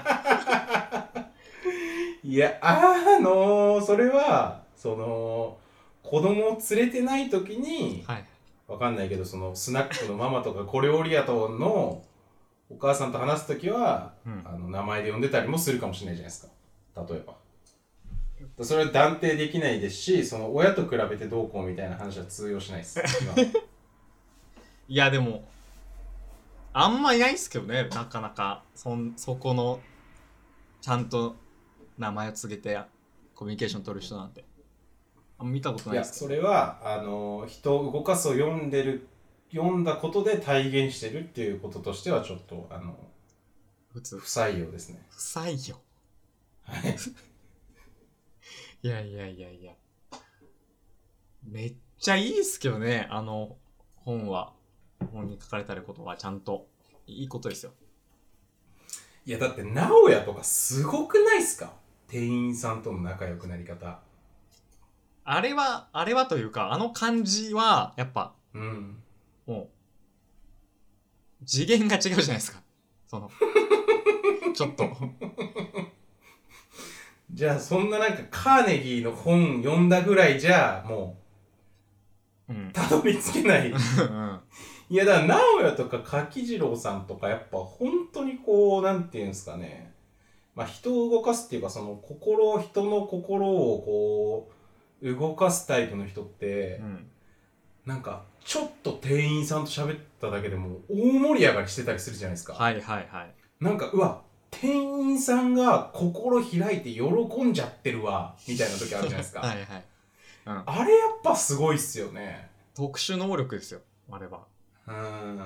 B: いや、あのそれは、その、子供を連れてない時に、
A: はい。
B: わかんないけど、その、スナックのママとか、小料理屋とのお母さんと話す時は、
A: うん
B: あの名前で呼んでたりもするかもしれないじゃないですか例えばそれは断定できないですしその親と比べてどうこうみたいな話は通用しないです今
A: いやでもあんまいないっすけどね。なかなかそんそこのちゃんと名前を告げてコミュニケーション取る人なんてあんま見たこと
B: い
A: ない
B: や
A: っす
B: そ
A: け
B: れはあの人を動かすを読んでる読んだことで体現してるっていうこととしてはちょっとあの
A: ど普通
B: 不採用ですね
A: 不採用。
B: はい
A: いやいやいやいや。めっちゃいいっすけどね。あの本は本に書かれてあることはちゃんといいことですよ。
B: いやだって直哉とかすごくないっすか店員さんとの仲良くなり方
A: あれはあれはというかあの感じはやっぱ
B: うん
A: もう、次元が違うじゃないですか。その、 *laughs* ちょっと。
B: じゃあそんななんかカーネギーの本読んだぐらいじゃも
A: うん
B: う。たどり着けない
A: うん
B: いやだから直哉とか柿次郎さんとかやっぱ本当にこうなんていうんですかねまあ人を動かすっていうかその心人の心をこう動かすタイプの人って、
A: うん。
B: なんかちょっと店員さんと喋っただけでも大盛り上がりしてたりするじゃないですか、
A: はいはいはい。
B: なんかうわ店員さんが心開いて喜んじゃってるわみたいな時あるじゃないですか
A: *laughs* はいはい。
B: あれやっぱすごいっすよね。
A: 特殊能力ですよ、あれは。
B: うーん。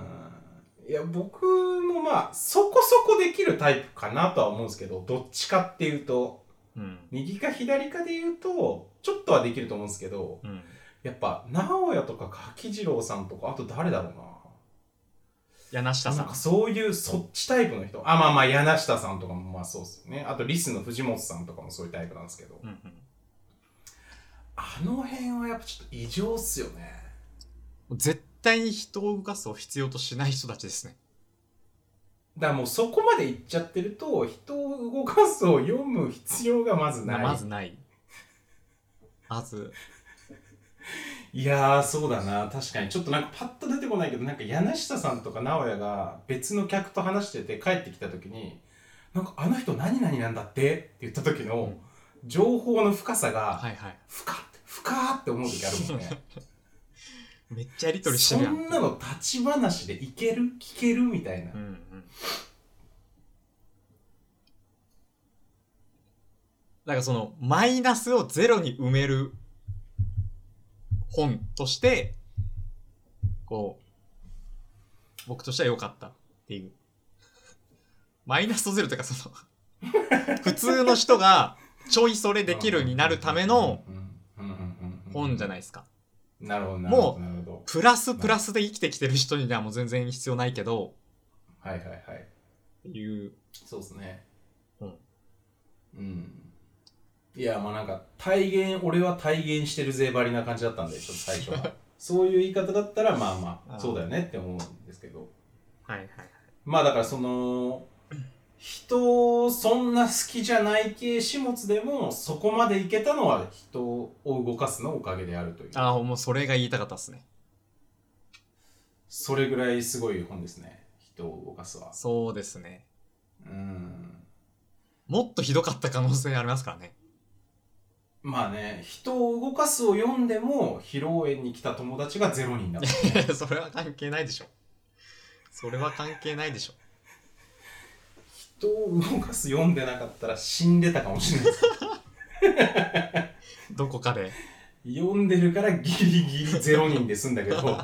B: いや、僕もまあ、そこそこできるタイプかなとは思うんですけど、どっちかっていうと、
A: うん。
B: 右か左かで言うと、ちょっとはできると思うんですけど、
A: うん。
B: やっぱ、直哉とか柿次郎さんとか、あと誰だろうな。
A: 柳下
B: な
A: さ
B: ん
A: ん
B: かそういうそっちタイプの人あまあまあ柳下さんとかもまあそうですよねあとリスの藤本さんとかもそういうタイプなんですけど
A: うんうん
B: あの辺はやっぱちょっと異常っすよね
A: 絶対に人を動かすを必要としない人たちですね。
B: だからもうそこまでいっちゃってると人を動かすを読む必要がまずない
A: まずない。まず、
B: いやーそうだな確かにちょっとなんかパッと出てこないけどなんか柳下さんとか直哉が別の客と話してて帰ってきた時になんかあの人何々なんだってって言った時の情報の深さが
A: はいはい。
B: 深っ深ーって思う時あるも
A: *laughs*
B: んね
A: めっちゃやりとりして
B: そ
A: るやん。
B: んなの立ち話でいける聞けるみたいな
A: うんうん。だからそのマイナスをゼロに埋める本として、こう、僕としては良かったっていう。マイナスとゼロというかそ
B: *laughs*
A: の、普通の人がちょいそれできるになるための本じゃ
B: ない
A: ないですか。
B: なるほどなる
A: も
B: ほど
A: う
B: なるほ
A: プラスプラスで生きてきてる人にはもう全然必要ないけど、
B: どはいはいはい
A: っていう。
B: そうですね
A: うん
B: うんいやまあなんか体現俺は体現してるぜばりな感じだったんでちょっと最初
A: *laughs*
B: はそういう言い方だったらまあま
A: あ
B: あ
A: ー
B: そうだよねって思うんですけど
A: はいはい。
B: まあだからその人そんな好きじゃない系始末でもそこまでいけたのは人を動かすのおかげであるという
A: ああ、もうそれが言いたかったですね。
B: それぐらいすごい本ですね人を動かすは
A: そうですね。
B: うん
A: もっとひどかった可能性ありますからね。
B: まあね人を動かすを読んでも披露宴に来た友達がゼロ人
A: *laughs*
B: だったね
A: それは関係ないでしょ。それは関係ないでしょ。
B: 人を動かす読んでなかったら死んでたかもしれないです
A: どこかで。
B: 読んでるからギリギリゼロ人で済んだけ
A: *laughs*
B: ど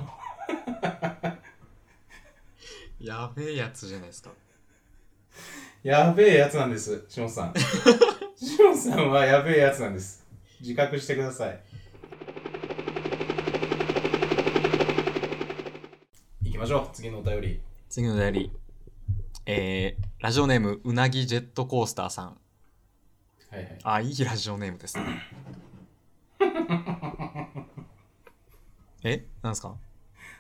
A: やべえやつじゃないですか。
B: やべえやつなんですしも
A: *laughs*
B: さんしもさんはやべえやつなんです自覚してください行きましょう次のお便り
A: 次のお便り。えー、ラジオネーム、うなぎジェットコースターさん。
B: はいはい
A: あ、いいラジオネームです *laughs* ね。えなんですか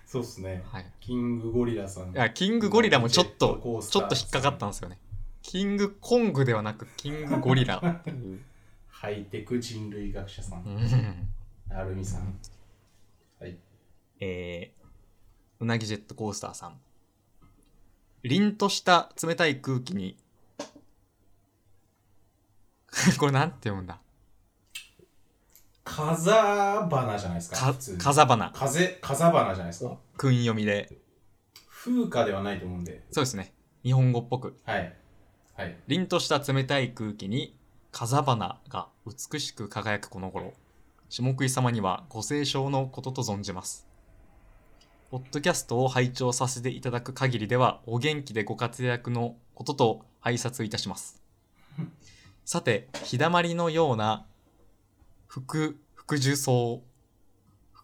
B: そうっすね
A: はい。
B: キングゴリラさん
A: いや、キングゴリラもちょっ
B: ジェットコ
A: と
B: ー、ス
A: ち
B: タ
A: ょ
B: ー
A: っと引っかかったんですよね。キングコングではなく、キングゴリラっていう。
B: ハイテク人類学者さん
A: うん
B: アルミさんはい
A: *laughs* えーうなぎジェットコースターさん。凛とした冷たい空気に、 *laughs* これなんて読むんだ
B: 風花じゃないですか
A: か
B: 普通、に
A: 風花。
B: 風風花じゃないですか
A: 訓読みで。
B: 風花ではないと思うんで
A: そうですね。日本語っぽく。
B: はいはい
A: 凛とした冷たい空気に、風花が美しく輝くこの頃。下食い様にはご清聴のことと存じます。ポッドキャストを拝聴させていただく限りでは、お元気でご活躍のことと挨拶いたします。さて、日だまりのような服、服従層、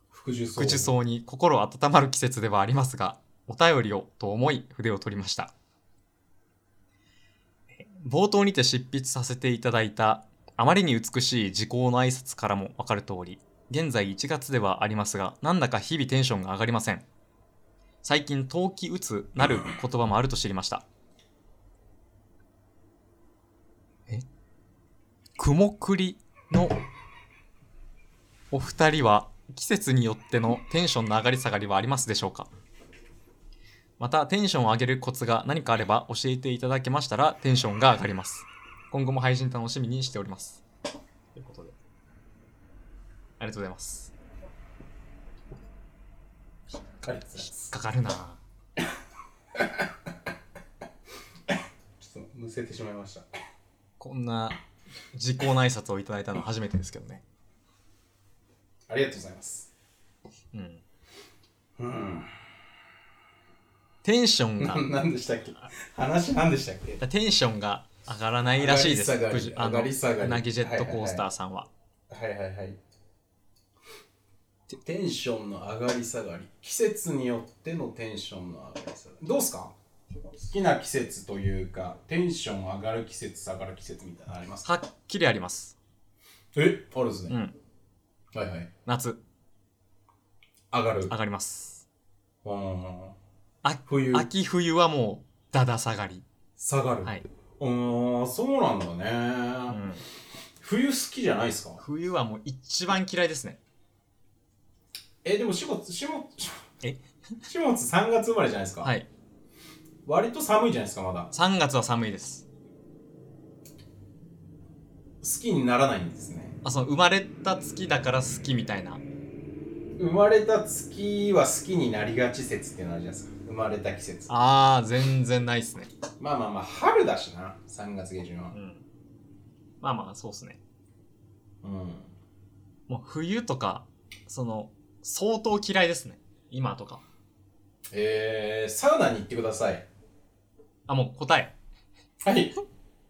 B: 福寿草
A: 服従層に心温まる季節ではありますが、お便りをと思い筆を取りました。冒頭にて執筆させていただいた、あまりに美しい時効の挨拶からもわかる通り、現在1月ではありますが、なんだか日々テンションが上がりません。最近、冬季うつなる言葉もあると知りました。え雲栗のお二人は季節によってのテンションの上がり下がりはありますでしょうかまたテンションを上げるコツが何かあれば教えていただけましたらテンションが上がります今後も配信楽しみにしておりますということでありがとうございます
B: ありがとうござい
A: 引
B: ま
A: っ
B: す
A: かかるな
B: ちょっとむせてしまいました
A: こんな時効の挨拶をいただいたの初めてですけどね
B: ありがとうございます
A: うん
B: うん
A: テンションが
B: *laughs* 何でしたっけ話何でしたっけ
A: テンションが上がらないらしいです
B: 上がり下がり
A: あ
B: 上がり下が
A: の
B: り
A: うなぎジェットコースターさんは
B: はいはいはいテテンションの上がり下がり季節によってのテンションの上がり下がりどうすか好きな季節というかテンション上がる季節下がる季節みたいなのありますか
A: はっきりあります。
B: えあるです
A: う
B: ね、
A: ん。
B: はいはい
A: 夏、
B: 上がる
A: 上がります。
B: うん
A: あ
B: 冬
A: 秋冬はもう、だだ下がり。
B: 下がる、
A: はい。
B: うーんそうなんだね、
A: うん、
B: 冬好きじゃないですか
A: 冬はもう一番嫌いですね。
B: えでもしもしもし
A: え
B: しもつ3月生まれじゃないですか、
A: はい。
B: 割と寒いじゃないですかまだ好
A: 3月は寒いです。
B: きにならないんですね
A: あ、その生まれた月だから好きみたいな。
B: 生まれた月は好きになりがち説っていうのあるじゃないですか生まれた季節
A: あー、全然ないっすね。
B: まあまあまあ春だしな3月下旬は
A: うん。まあまあ、そうっすね。
B: うん
A: もう冬とか、その、相当嫌いですね。今とか。
B: えー、サウナに行ってください
A: あ、もう答え。
B: はい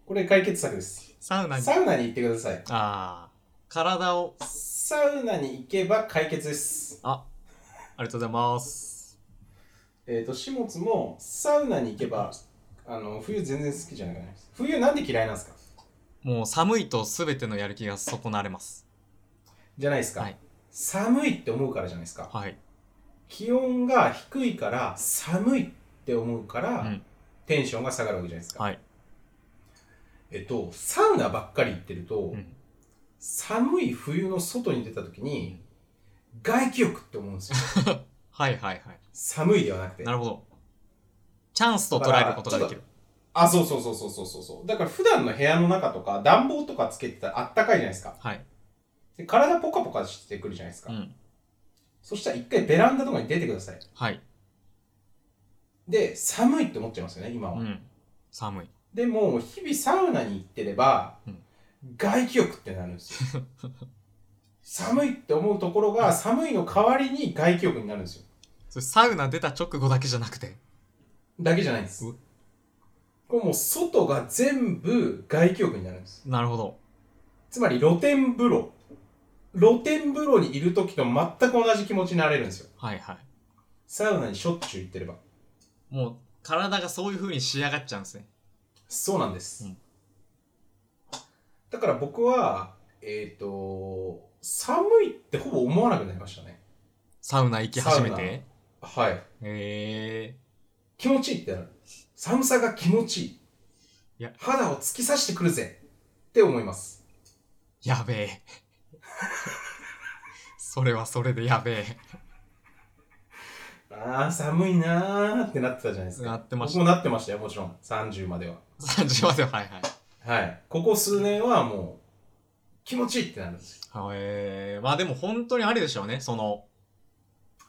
B: これ解決策です
A: サウナに。
B: サウナに行ってください
A: あー、体を、
B: サウナに行けば解決です
A: ありがとうございます。
B: えっ、ー、と始末もサウナに行けばあの冬全然好きじゃなくないです冬なんで嫌いなんですか
A: もう寒いと全てのやる気が損なわれます。
B: じゃないですか、
A: はい
B: 寒いって思うからじゃないですか
A: はい。
B: 気温が低いから寒いって思うから、
A: うん
B: テンションが下がるわけじゃないですか、
A: はい。
B: えっとサウナばっかり行ってると、
A: うん。
B: 寒い冬の外に出た時に外気浴って思うんですよ
A: はいはいはい。
B: 寒いではなくて
A: なるほど。チャンスと捉えることができる。
B: あそうそうそうそうそうそうそうだから普段の部屋の中とか暖房とかつけてたらあったかいじゃないですか
A: はい。
B: で体ポカポカしてくるじゃないですか、
A: うん。
B: そしたら一回ベランダとかに出てください
A: はい。
B: で寒いって思っちゃいますよね今は、
A: うん。寒い。
B: でも日々サウナに行ってれば、
A: うん
B: 外気浴ってなるんです
A: *laughs*
B: よ寒いって思うところが寒いの代わりに外気浴になるんですよ
A: それサウナ出た直後だけじゃなくて。
B: だけじゃないんです
A: う
B: これもう外が全部外気浴になるんです
A: なるほど。
B: つまり露天風呂露天風呂にいる時と全く同じ気持ちになれるんですよ
A: はいはい。
B: サウナにしょっちゅう行ってれば
A: もう体がそういう風に仕上がっちゃうんですね。
B: そうなんです、
A: うん
B: だから僕はえっ、と寒いってほぼ思わなくなりましたね
A: サウナ行き始め
B: サウナ
A: て。
B: はい
A: え
B: 気持ちいいってなる寒さが気持ちいい
A: いや
B: 肌を突き刺してくるぜって思います
A: ー、やべえ。 *laughs* それはそれでやべえ。
B: あー寒いなーってなってたじゃないですか
A: なってまし
B: 僕
A: た。
B: もなってましたよもちろん30までは
A: 30までは、はいはい。
B: はいここ数年はもう気持ちいいってなるんですよ
A: えー、まあでも本当にあれでしょうね、その、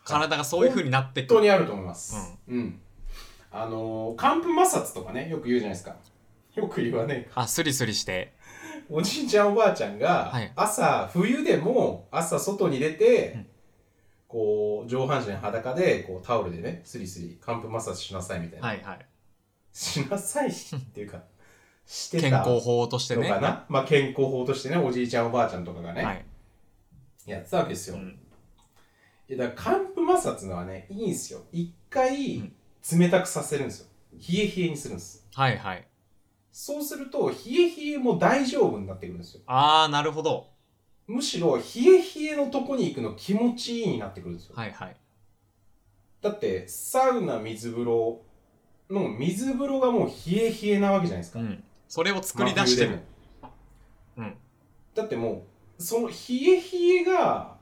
A: 体がそういう風になってく
B: 本当
A: る。
B: にあると思いますうん、あのー、寒風摩擦とかねよく言うじゃないですかよく言わねえか
A: あ、スリスリして。
B: おじいちゃんおばあちゃんが
A: はい
B: 朝冬でも朝外に出て、
A: うん
B: こう上半身裸でこうタオルでねスリスリ寒風摩擦しなさいみたいな、
A: はいはい。
B: しなさいっ
A: *laughs*
B: ていうかして
A: 健
B: た
A: 康
B: の
A: 法としてね。
B: かな、まあ、健康法としてねおじいちゃんおばあちゃんとかがね、
A: はい。
B: やってたわけです
A: う
B: よ、
A: ん
B: いやだから寒風摩擦のはねいいんですよ一
A: う
B: 回
A: ん
B: 冷たくさせるんですよ冷え冷えにするんです
A: はいはい。
B: そうすると冷え冷えも大丈夫になってくるんですよ
A: あー、なるほど。
B: むしろ冷え冷えのとこに行くの気持ちいいになってくるんですよ、
A: はいはい。
B: だってサウナ水風呂の水風呂がもう冷え冷えなわけじゃないです
A: う
B: か、
A: ん。それを作り出して
B: 真
A: る
B: 冬。で
A: う
B: も
A: ん
B: だってもうその冷え冷えが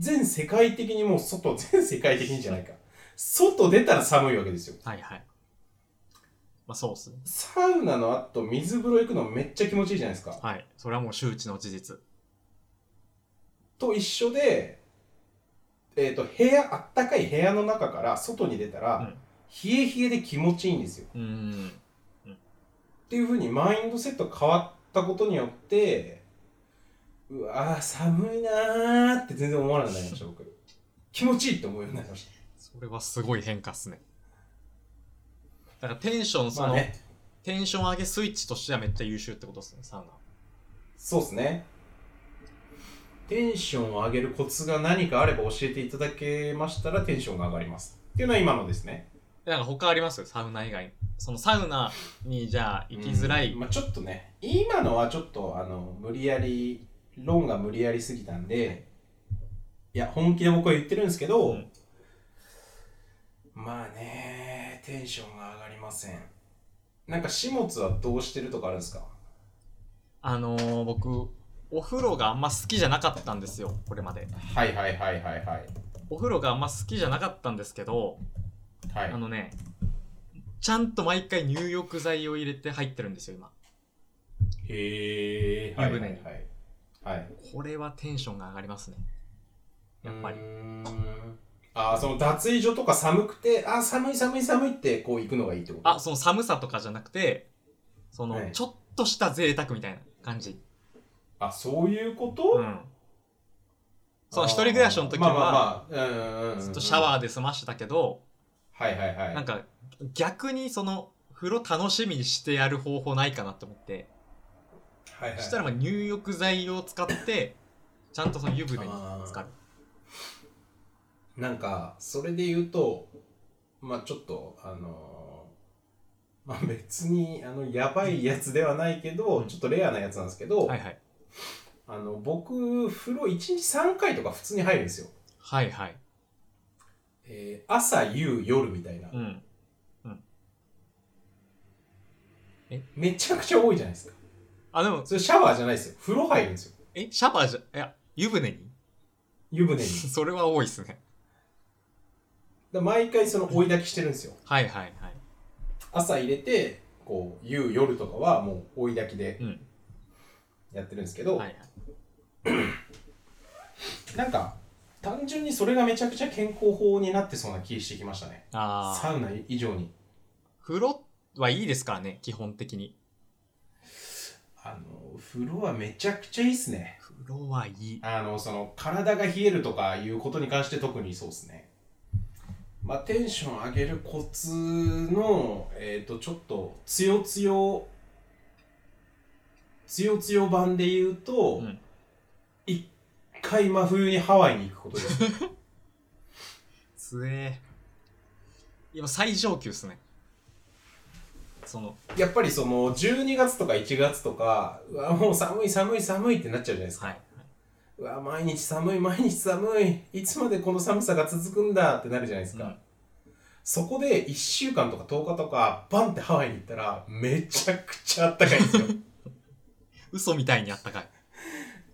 B: 全世界的にもう外全世界的にじゃないか外出たら寒いわけですよ
A: はいはい。まあそうっすね。
B: サウナの後水風呂行くのめっちゃ気持ちいいじゃないですか
A: はい。それはもう周知の事実。
B: と一緒で、えー、と部屋あったかい部屋の中から外に出たら、
A: うん
B: 冷え冷えで気持ちいいんですよ
A: うーん。
B: っていうふうにマインドセットが変わったことによってうわー寒いなーって全然思わなくなりました僕気持ちいいって思うようになりまし
A: それはすごい変化っすね。だからテンション、
B: た
A: そ
B: ま
A: の、
B: あね
A: テンション上げスイッチとしてはめっちゃ優秀ってことっすね、サウナ。
B: そうですねっテンションを上げるコツが何かあれば教えていただけましたらテンションが上がりますっていうのは今のですね
A: なんか他ありますよ、サウナ以外に。そのサウナにじゃあ行きづらい。
B: うんまあ、ちょっとね今のはちょっとあの無理やり論が無理やりすぎたんでいや本気で僕は言ってるんですけど、
A: うん
B: まあねテンションが上がりませんなんか始末はどうしてるとかあるんですか
A: あのー、僕、お風呂があんま好きじゃなかったんですよ、これまで。
B: はいはいはいはいはい
A: お風呂があんま好きじゃなかったんですけど、
B: は
A: あのね、ちゃんと毎回入浴剤を入れて入ってるんですよ、今。
B: へえ、
A: 湯
B: はいは
A: 船
B: い
A: に
B: はい。はい。
A: これはテンションが上がりますね。やっぱり
B: うーん。ああ、その脱衣所とか寒くて、あー寒い寒い寒いってこう行くのがいいってこと
A: あ、その寒さとかじゃなくて、その、
B: はい
A: ちょっとした贅沢みたいな感じ。
B: あ、そういうこと、
A: うん。その一人暮らしの時
B: あー
A: は、
B: まあまあまあ、うんうんうん、
A: ずっとシャワーで済ましてたけど、
B: ー。はいはいはい。
A: なんか逆にその風呂楽しみにしてやる方法ないかなと思って、
B: はいはい、
A: そしたらまあ入浴剤を使ってちゃんとその湯船に使う
B: なんか、それで言うと、まあちょっと、あのーまあ別に、あの、やばいやつではないけど、ちょっとレアなやつなんですけど、
A: はいはい
B: あの、僕、風呂1日3回とか普通に入るんですよ。
A: はいはい
B: えー朝、夕、夜みたいな、
A: うん
B: めちゃくちゃ多いじゃないですか。
A: あでも
B: それシャワーじゃないですよ。風呂入るんですよ。
A: えシャワーじゃいや湯船に *laughs*
B: 湯船に。だか
A: それは多いっすね
B: ら毎回その追い焚きしてるんですよ。
A: はいはいはい
B: 朝入れて、こう、夕、夜とかはもう追い焚きで
A: うん
B: やってるんですけど、
A: はいはい
B: なんか、単純にそれがめちゃくちゃ健康法になってそうな気してきましたね。
A: あー
B: サウナ以上に。
A: 風呂はいいですからね基本的に
B: あの、風呂はめちゃくちゃいいっすね。
A: 風呂はいい
B: あの、その、体が冷えるとかいうことに関して特にそうですね。まあ、テンション上げるコツの、えっ、と、ちょっと、つよつよ、つよつよ版で言うと、
A: うん
B: 一回真冬にハワイに行くことです。 *laughs*
A: つえ今最上級っすねその
B: やっぱりその、12月とか1月とか、うわ、もう寒い寒い寒いってなっちゃうじゃないですか。
A: はいう
B: わ、毎日寒い毎日寒い、いつまでこの寒さが続くんだってなるじゃないですか。
A: うん
B: そこで1週間とか10日とかバンってハワイに行ったらめちゃくちゃあったかいん
A: *laughs*
B: ですよ。
A: 嘘みたいにあったかい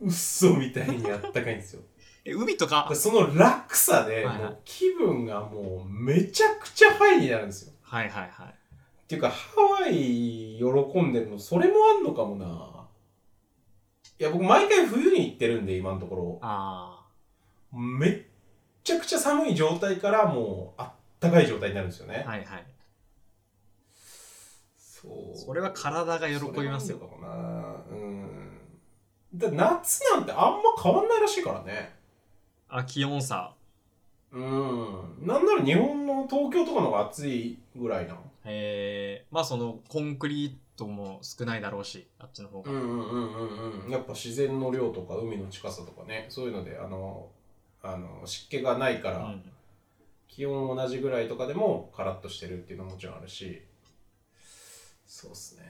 B: 嘘みたいにあったかいんですよ。
A: え海とか
B: その落差で
A: はいはい
B: もう気分がもうめちゃくちゃハイになるんですよ。
A: はいはいはい
B: っていうかハワイ喜んでるのそれもあんのかもな。いや僕毎回冬に行ってるんで今のとこ
A: あ
B: ろ。めっちゃくちゃ寒い状態からもうあったかい状態になるんですよ
A: あ
B: ね。
A: はいはい
B: そう
A: それは体が喜びますよ
B: それなんだろうなうん。だ夏なんてあんま変わんないらしいからね。
A: あ気温差
B: うん。なんなら日本の東京とかの方が暑いぐらいな。
A: えー、まあそのコンクリートも少ないだろうしあっちの方
B: う
A: が、
B: んうんうんうんうん。やっぱ自然の量とか海の近さとかね、そういうので、あの、あの湿気がないから、
A: うん
B: 気温同じぐらいとかでもカラッとしてるっていうのももちろんあるし、そうっすね。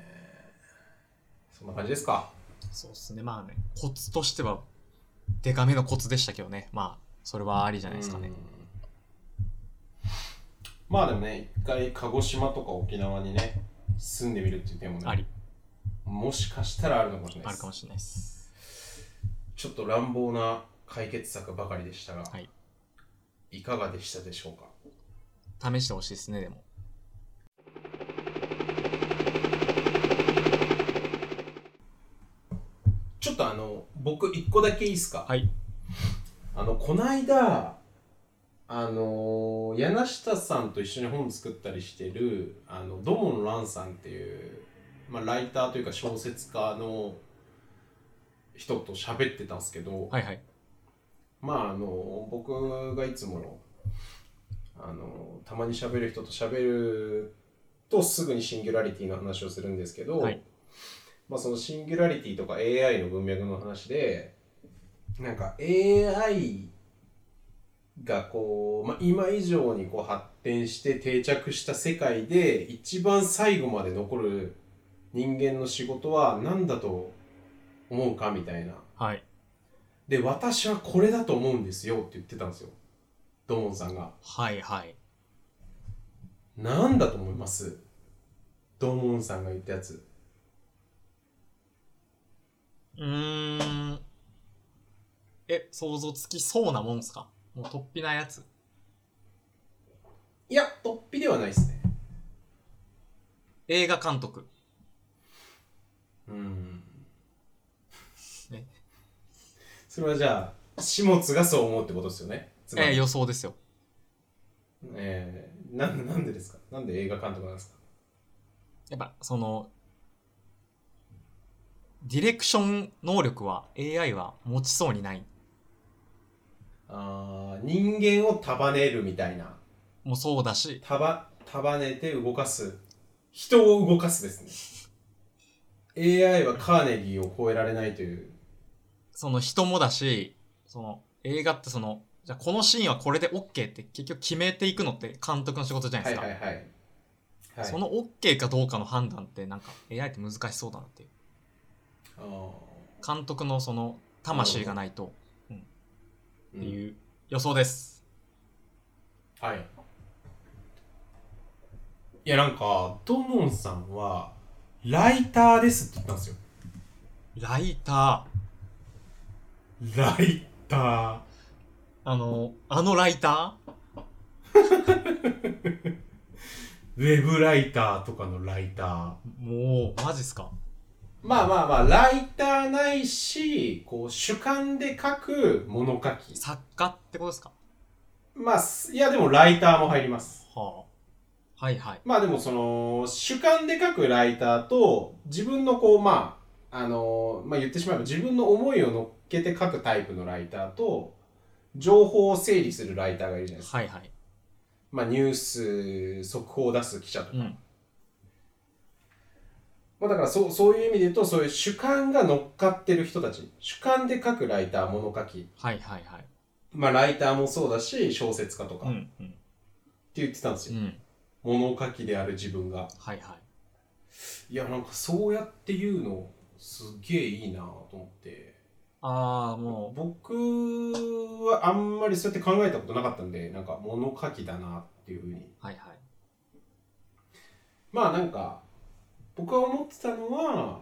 B: そんな感じですか。
A: そうっすねまあねコツとしてはデカめのコツでしたけどねまあそれはありじゃないですかね
B: うんまあでもね一回鹿児島とか沖縄にね住んでみるっていう手も
A: あ
B: ね
A: り
B: もしかしたらあるのかもしれない
A: あ
B: で
A: る
B: す
A: かもしれないです
B: ちょっと乱暴な解決策ばかりでしたが、
A: はい
B: いかがでしたでしょうか
A: 試してほしいですねでも
B: ちょっとあの僕一個だけいいですか、
A: はい
B: あのこないだあのー柳下さんと一緒に本作ったりしてるあの土門蘭さんっていう、まあ、ライターというか小説家の人と喋ってたんですけど、
A: はいはい
B: まああの僕がいつものあのたまに喋る人と喋るとすぐにシンギュラリティの話をするんですけど、
A: はい
B: まあ、そのシンギュラリティとか AI の文脈の話でなんか AI がこう、まあ、今以上にこう発展して定着した世界で一番最後まで残る人間の仕事は何だと思うかみたいな
A: はい
B: で私はこれだと思うんですよって言ってたんですよドモンさんが
A: はいはい
B: 何だと思いますドモンさんが言ったやつ
A: うーんえ想像つきそうなもんすかもう突飛なやつ
B: いや突飛ではないですね
A: 映画監督
B: うん
A: ね
B: それはじゃあ始末がそう思うってことですよねつまり
A: えー、予想ですよ
B: えー、なんなんでですかなんで映画監督なんですか
A: やっぱそのディレクション能力は AI は持ちそうにない
B: あー人間を束ねるみたいな
A: もそうだし
B: 束束ねて動かす人を動かすですね AI はカーネギーを超えられないという
A: その人もだしその映画ってそのじゃあこのシーンはこれで OK って結局決めていくのって監督の仕事じゃな
B: はいい
A: です
B: は
A: か、
B: いはいはい
A: その OK かどうかの判断ってなんか AI って難しそうだなっていう
B: あー
A: 監督のその魂がないと
B: う
A: って
B: ん
A: いう予想です、
B: はい。いや、なんか、ドモンさんは、ライターですって言ったんですよ。
A: ライター
B: ライター。
A: あのあのライター
B: ウェブライターとかのライター。
A: もうマジっすか
B: まあまあまあ、ライターないし、こう、主観で書く物書き。
A: 作家ってことですか
B: まあ、すいや、でもライターも入ります。
A: はあはいはい
B: まあでもその、主観で書くライターと、自分のこう、まあ、あの、まあ言ってしまえば自分の思いを乗っけて書くタイプのライターと、情報を整理するライターがいるじゃないですか。
A: はいはい
B: まあニュース、速報を出す記者とか。
A: うん
B: まあだからそう、そういう意味で言うと、そういう主観が乗っかってる人たち。主観で書くライター、物書き。
A: はいはいはい
B: まあライターもそうだし、小説家とか
A: う
B: って
A: んうん
B: 言ってたんです
A: う
B: よ。
A: ん
B: 物書きである自分が。
A: はいはい
B: いや、なんかそうやって言うの、すげえいいなと思って。
A: ああも
B: 僕はあんまりそうやって考えたことなかったんでなんか物書きだなっていうふうに
A: うはいはい
B: まあなんか僕は思ってたのは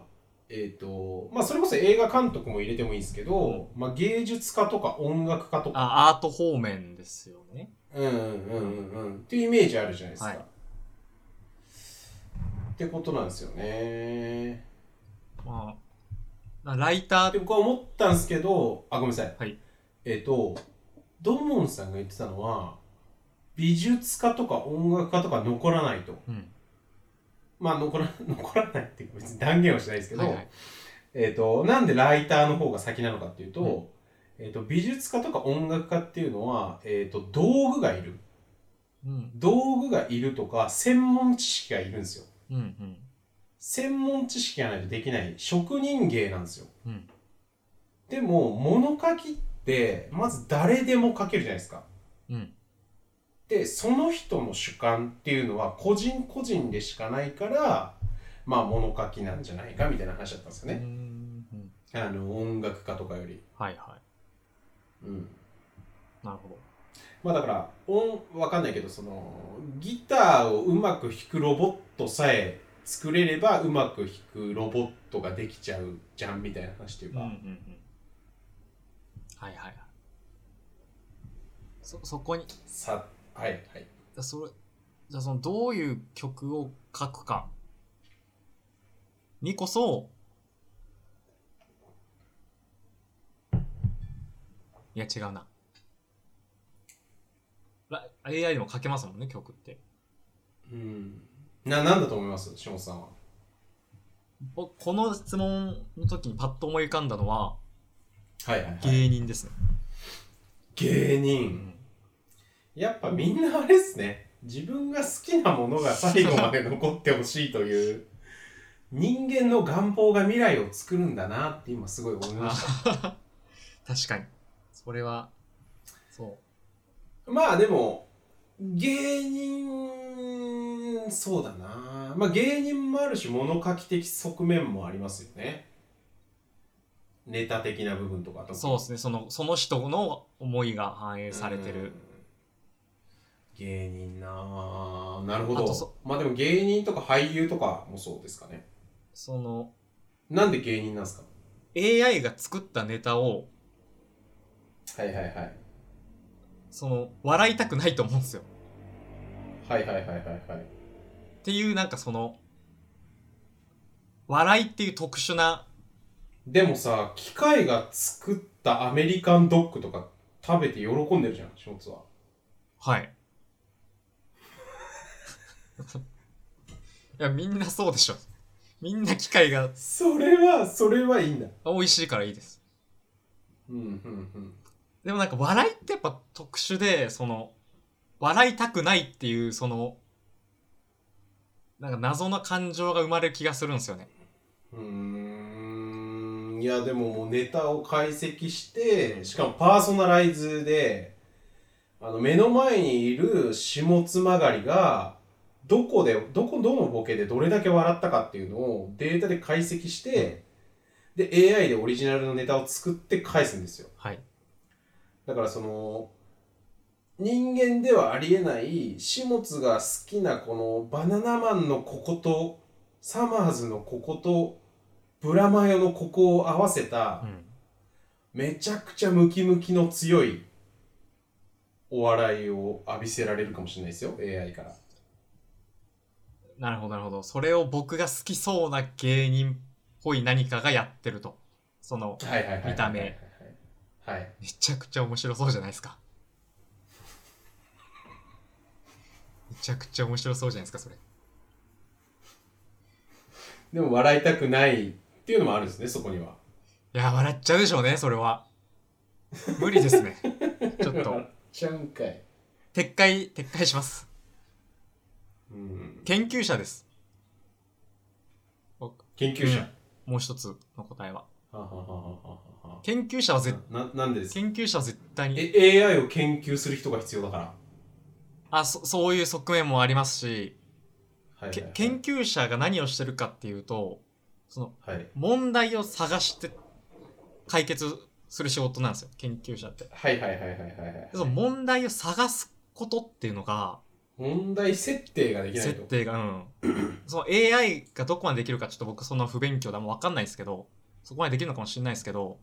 B: えっ、とまあそれこそ映画監督も入れてもいいんですけど、まあ、芸術家とか音楽家とか
A: あアート方面ですよね
B: うんうんうんうんうんっていうイメージあるじゃないですか、
A: はい
B: ってことなんですよね
A: まあライター
B: で僕は思ったんですけどあごめんなさい、
A: はい
B: えっ、とドモンさんが言ってたのは美術家とか音楽家とか残らないと
A: うん
B: まあ残ら *laughs* 残らないっていうか別に断言はしないですけど、
A: はいはい
B: えっ、となんでライターの方が先なのかっていうと,、
A: うん
B: えっと美術家とか音楽家っていうのは、えっと道具がいる
A: うん
B: 道具がいるとか専門知識がいるんですよ
A: うんうん
B: 専門知識がないとできない職人芸なんですよ
A: うん
B: でも物書きってまず誰でも書けるじゃないですか
A: うん
B: でその人の主観っていうのは個人個人でしかないからまあ物書きなんじゃないかみたいな話だったんですよ
A: うん
B: ね、
A: うん
B: あの音楽家とかより
A: はいは
B: うん
A: いなるほど
B: まあだから音わかんないけどそのギターをうまく弾くロボットさえ作れればうまく弾くロボットができちゃうじゃんみたいな話という
A: うん
B: か、
A: うんうんはいはいはいそそこに
B: さはいはい
A: それじゃあそのどういう曲を書くかにこそいや違うなラ AI でも書けますもんね曲って
B: うんななんだと思います下本さんは
A: 僕この質問の時にパッと思い浮かんだのは
B: はいはい、はい、
A: 芸人ですね、
B: 芸
A: う
B: 人
A: ん
B: やっぱみんなあれっすね自分が好きなものが最後まで残ってほしいという人間の願望が未来を作るんだなって今すごい思いました
A: 確かに。それは、そ
B: まあでも芸人そうだなまあ芸人もあるし物書き的側面もありますよねネタ的な部分とかと
A: う。そうですね。その、その人の思いが反映されて
B: うん
A: る。
B: 芸人なあなるほ
A: あと
B: ど
A: そ
B: まあでも芸人とか俳優とかもそうですかね
A: その、
B: なんで芸人なんですか
A: AI が作ったネタを、
B: はいはいはい
A: その、笑いたくないと思うんですよ。
B: はいはいはいはいはい
A: っていう、なんかその、笑いっていう特殊な、
B: でもさ機械が作ったアメリカンドッグとか食べて喜んでるじゃんショーツは
A: はい。 *laughs* いや、みんなそうでしょ。みんな機械が
B: それはそれはいいんだ
A: 美味しいからいいです。
B: うんうんうん
A: でもなんか笑いってやっぱ特殊で、その、笑いたくないっていう、その、なんか謎の感情が生まれる気がするんですよね。
B: うーんいやでももうネタを解析してしかもパーソナライズであの目の前にいる下妻狩りがどこでどこどのボケでどれだけ笑ったかっていうのをデータで解析して、で AI でオリジナルのネタを作って返すんですよ
A: はい。
B: だからその人間ではありえない下津が好きなこのバナナマンのこことサマーズのこことブラマヨのここを合わせた
A: うん。
B: めちゃくちゃムキムキの強いお笑いを浴びせられるかもしれないですよ AI から
A: なるほど、なるほど。それを僕が好きそうな芸人っぽい何かがやってると。その、
B: はいはいはいはい
A: 見た目
B: はい
A: めちゃくちゃ面白そうじゃないですか。めちゃくちゃ面白そうじゃないですか、それ。
B: でも笑いたくないっていうのもあるんですねそこにはい
A: や、笑っちゃうでしょうね、それは。無理ですね。ちょっと、
B: ちゃうんかい
A: 撤回、撤回します。
B: うん
A: 研究者です。
B: 研究者、
A: もう一つの答えは。
B: はははははは
A: 研究者は絶、
B: ななんでですか
A: 研究者は絶対に、
B: え AI を研究する人が必要だから、は
A: あ、そ、そういう側面もありますし、
B: いはいはい、
A: け研究者が何をしてるかっていうと、その、
B: はい
A: 問題を探して解決する仕事なんですよ、研究者って。
B: はいはいはいはいはいはい
A: でその問題を探すことっていうのが、
B: 問題設定ができない
A: 設
B: と
A: 定が、うん。その AI がどこまでできるかちょっと僕そんな不勉強だもんわかんないですけど、そこまでできるのかもしれないですけど、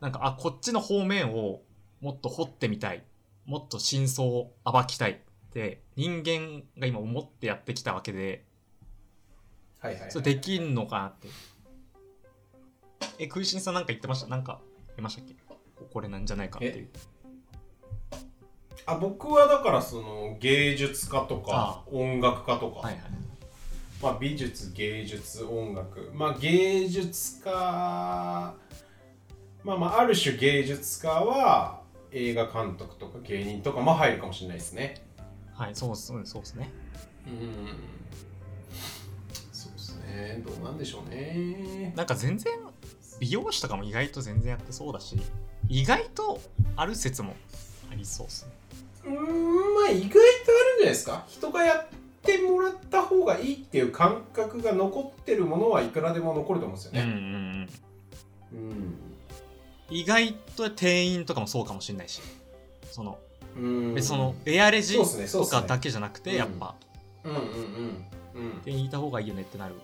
A: なんか、あ、こっちの方面をもっと掘ってみたい。もっと真相を暴きたいって人間が今思ってやってきたわけで、
B: はいはいはい
A: それできんのかなって。え、食いしんさんなんか言ってましたなんか言いましたっけこれなんじゃないかっていう。
B: あ僕はだからその芸術家とか音楽家とか、
A: はいはい。
B: まあ、美術芸術音楽まあ芸術家まあまあある種芸術家は映画監督とか芸人とかも入るかもしれないですね
A: はい、そうですうんそうですね。
B: うんそうですねどうなんでしょうね
A: なんか全然美容師とかも意外と全然やってそうだし意外とある説もありそうですね
B: うーんまあ意外とあるんじゃないですか人がやってもらった方がいいっていう感覚が残ってるものはいくらでも残ると思うんですよ
A: うんうん
B: ね、
A: うん
B: うん
A: 意外と店員とかもそうかもしれないしその、
B: うん
A: えそのエアレジ
B: そうっすねそう
A: と
B: っすね
A: かだけじゃなくて、
B: うん
A: やっぱ
B: うんうんうんうん
A: 店員いた方がいいよねってなる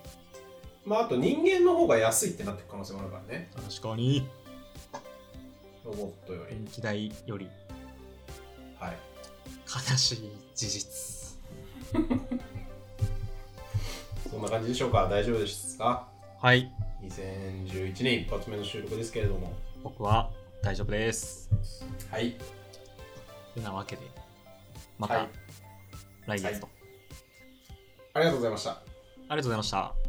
B: まああと人間の方が安いってなってく可能性もあるからね
A: 確かに
B: ロボットより
A: 電気代より
B: はい
A: 悲しい事実
B: そんな感じでしょうか大丈夫ですか
A: はい
B: 2011年一発目の収録ですけれども
A: 僕は大丈夫です
B: はい
A: てなわけでま
B: は
A: た
B: い
A: 来月と、
B: ありがとうございました
A: ありがとうございました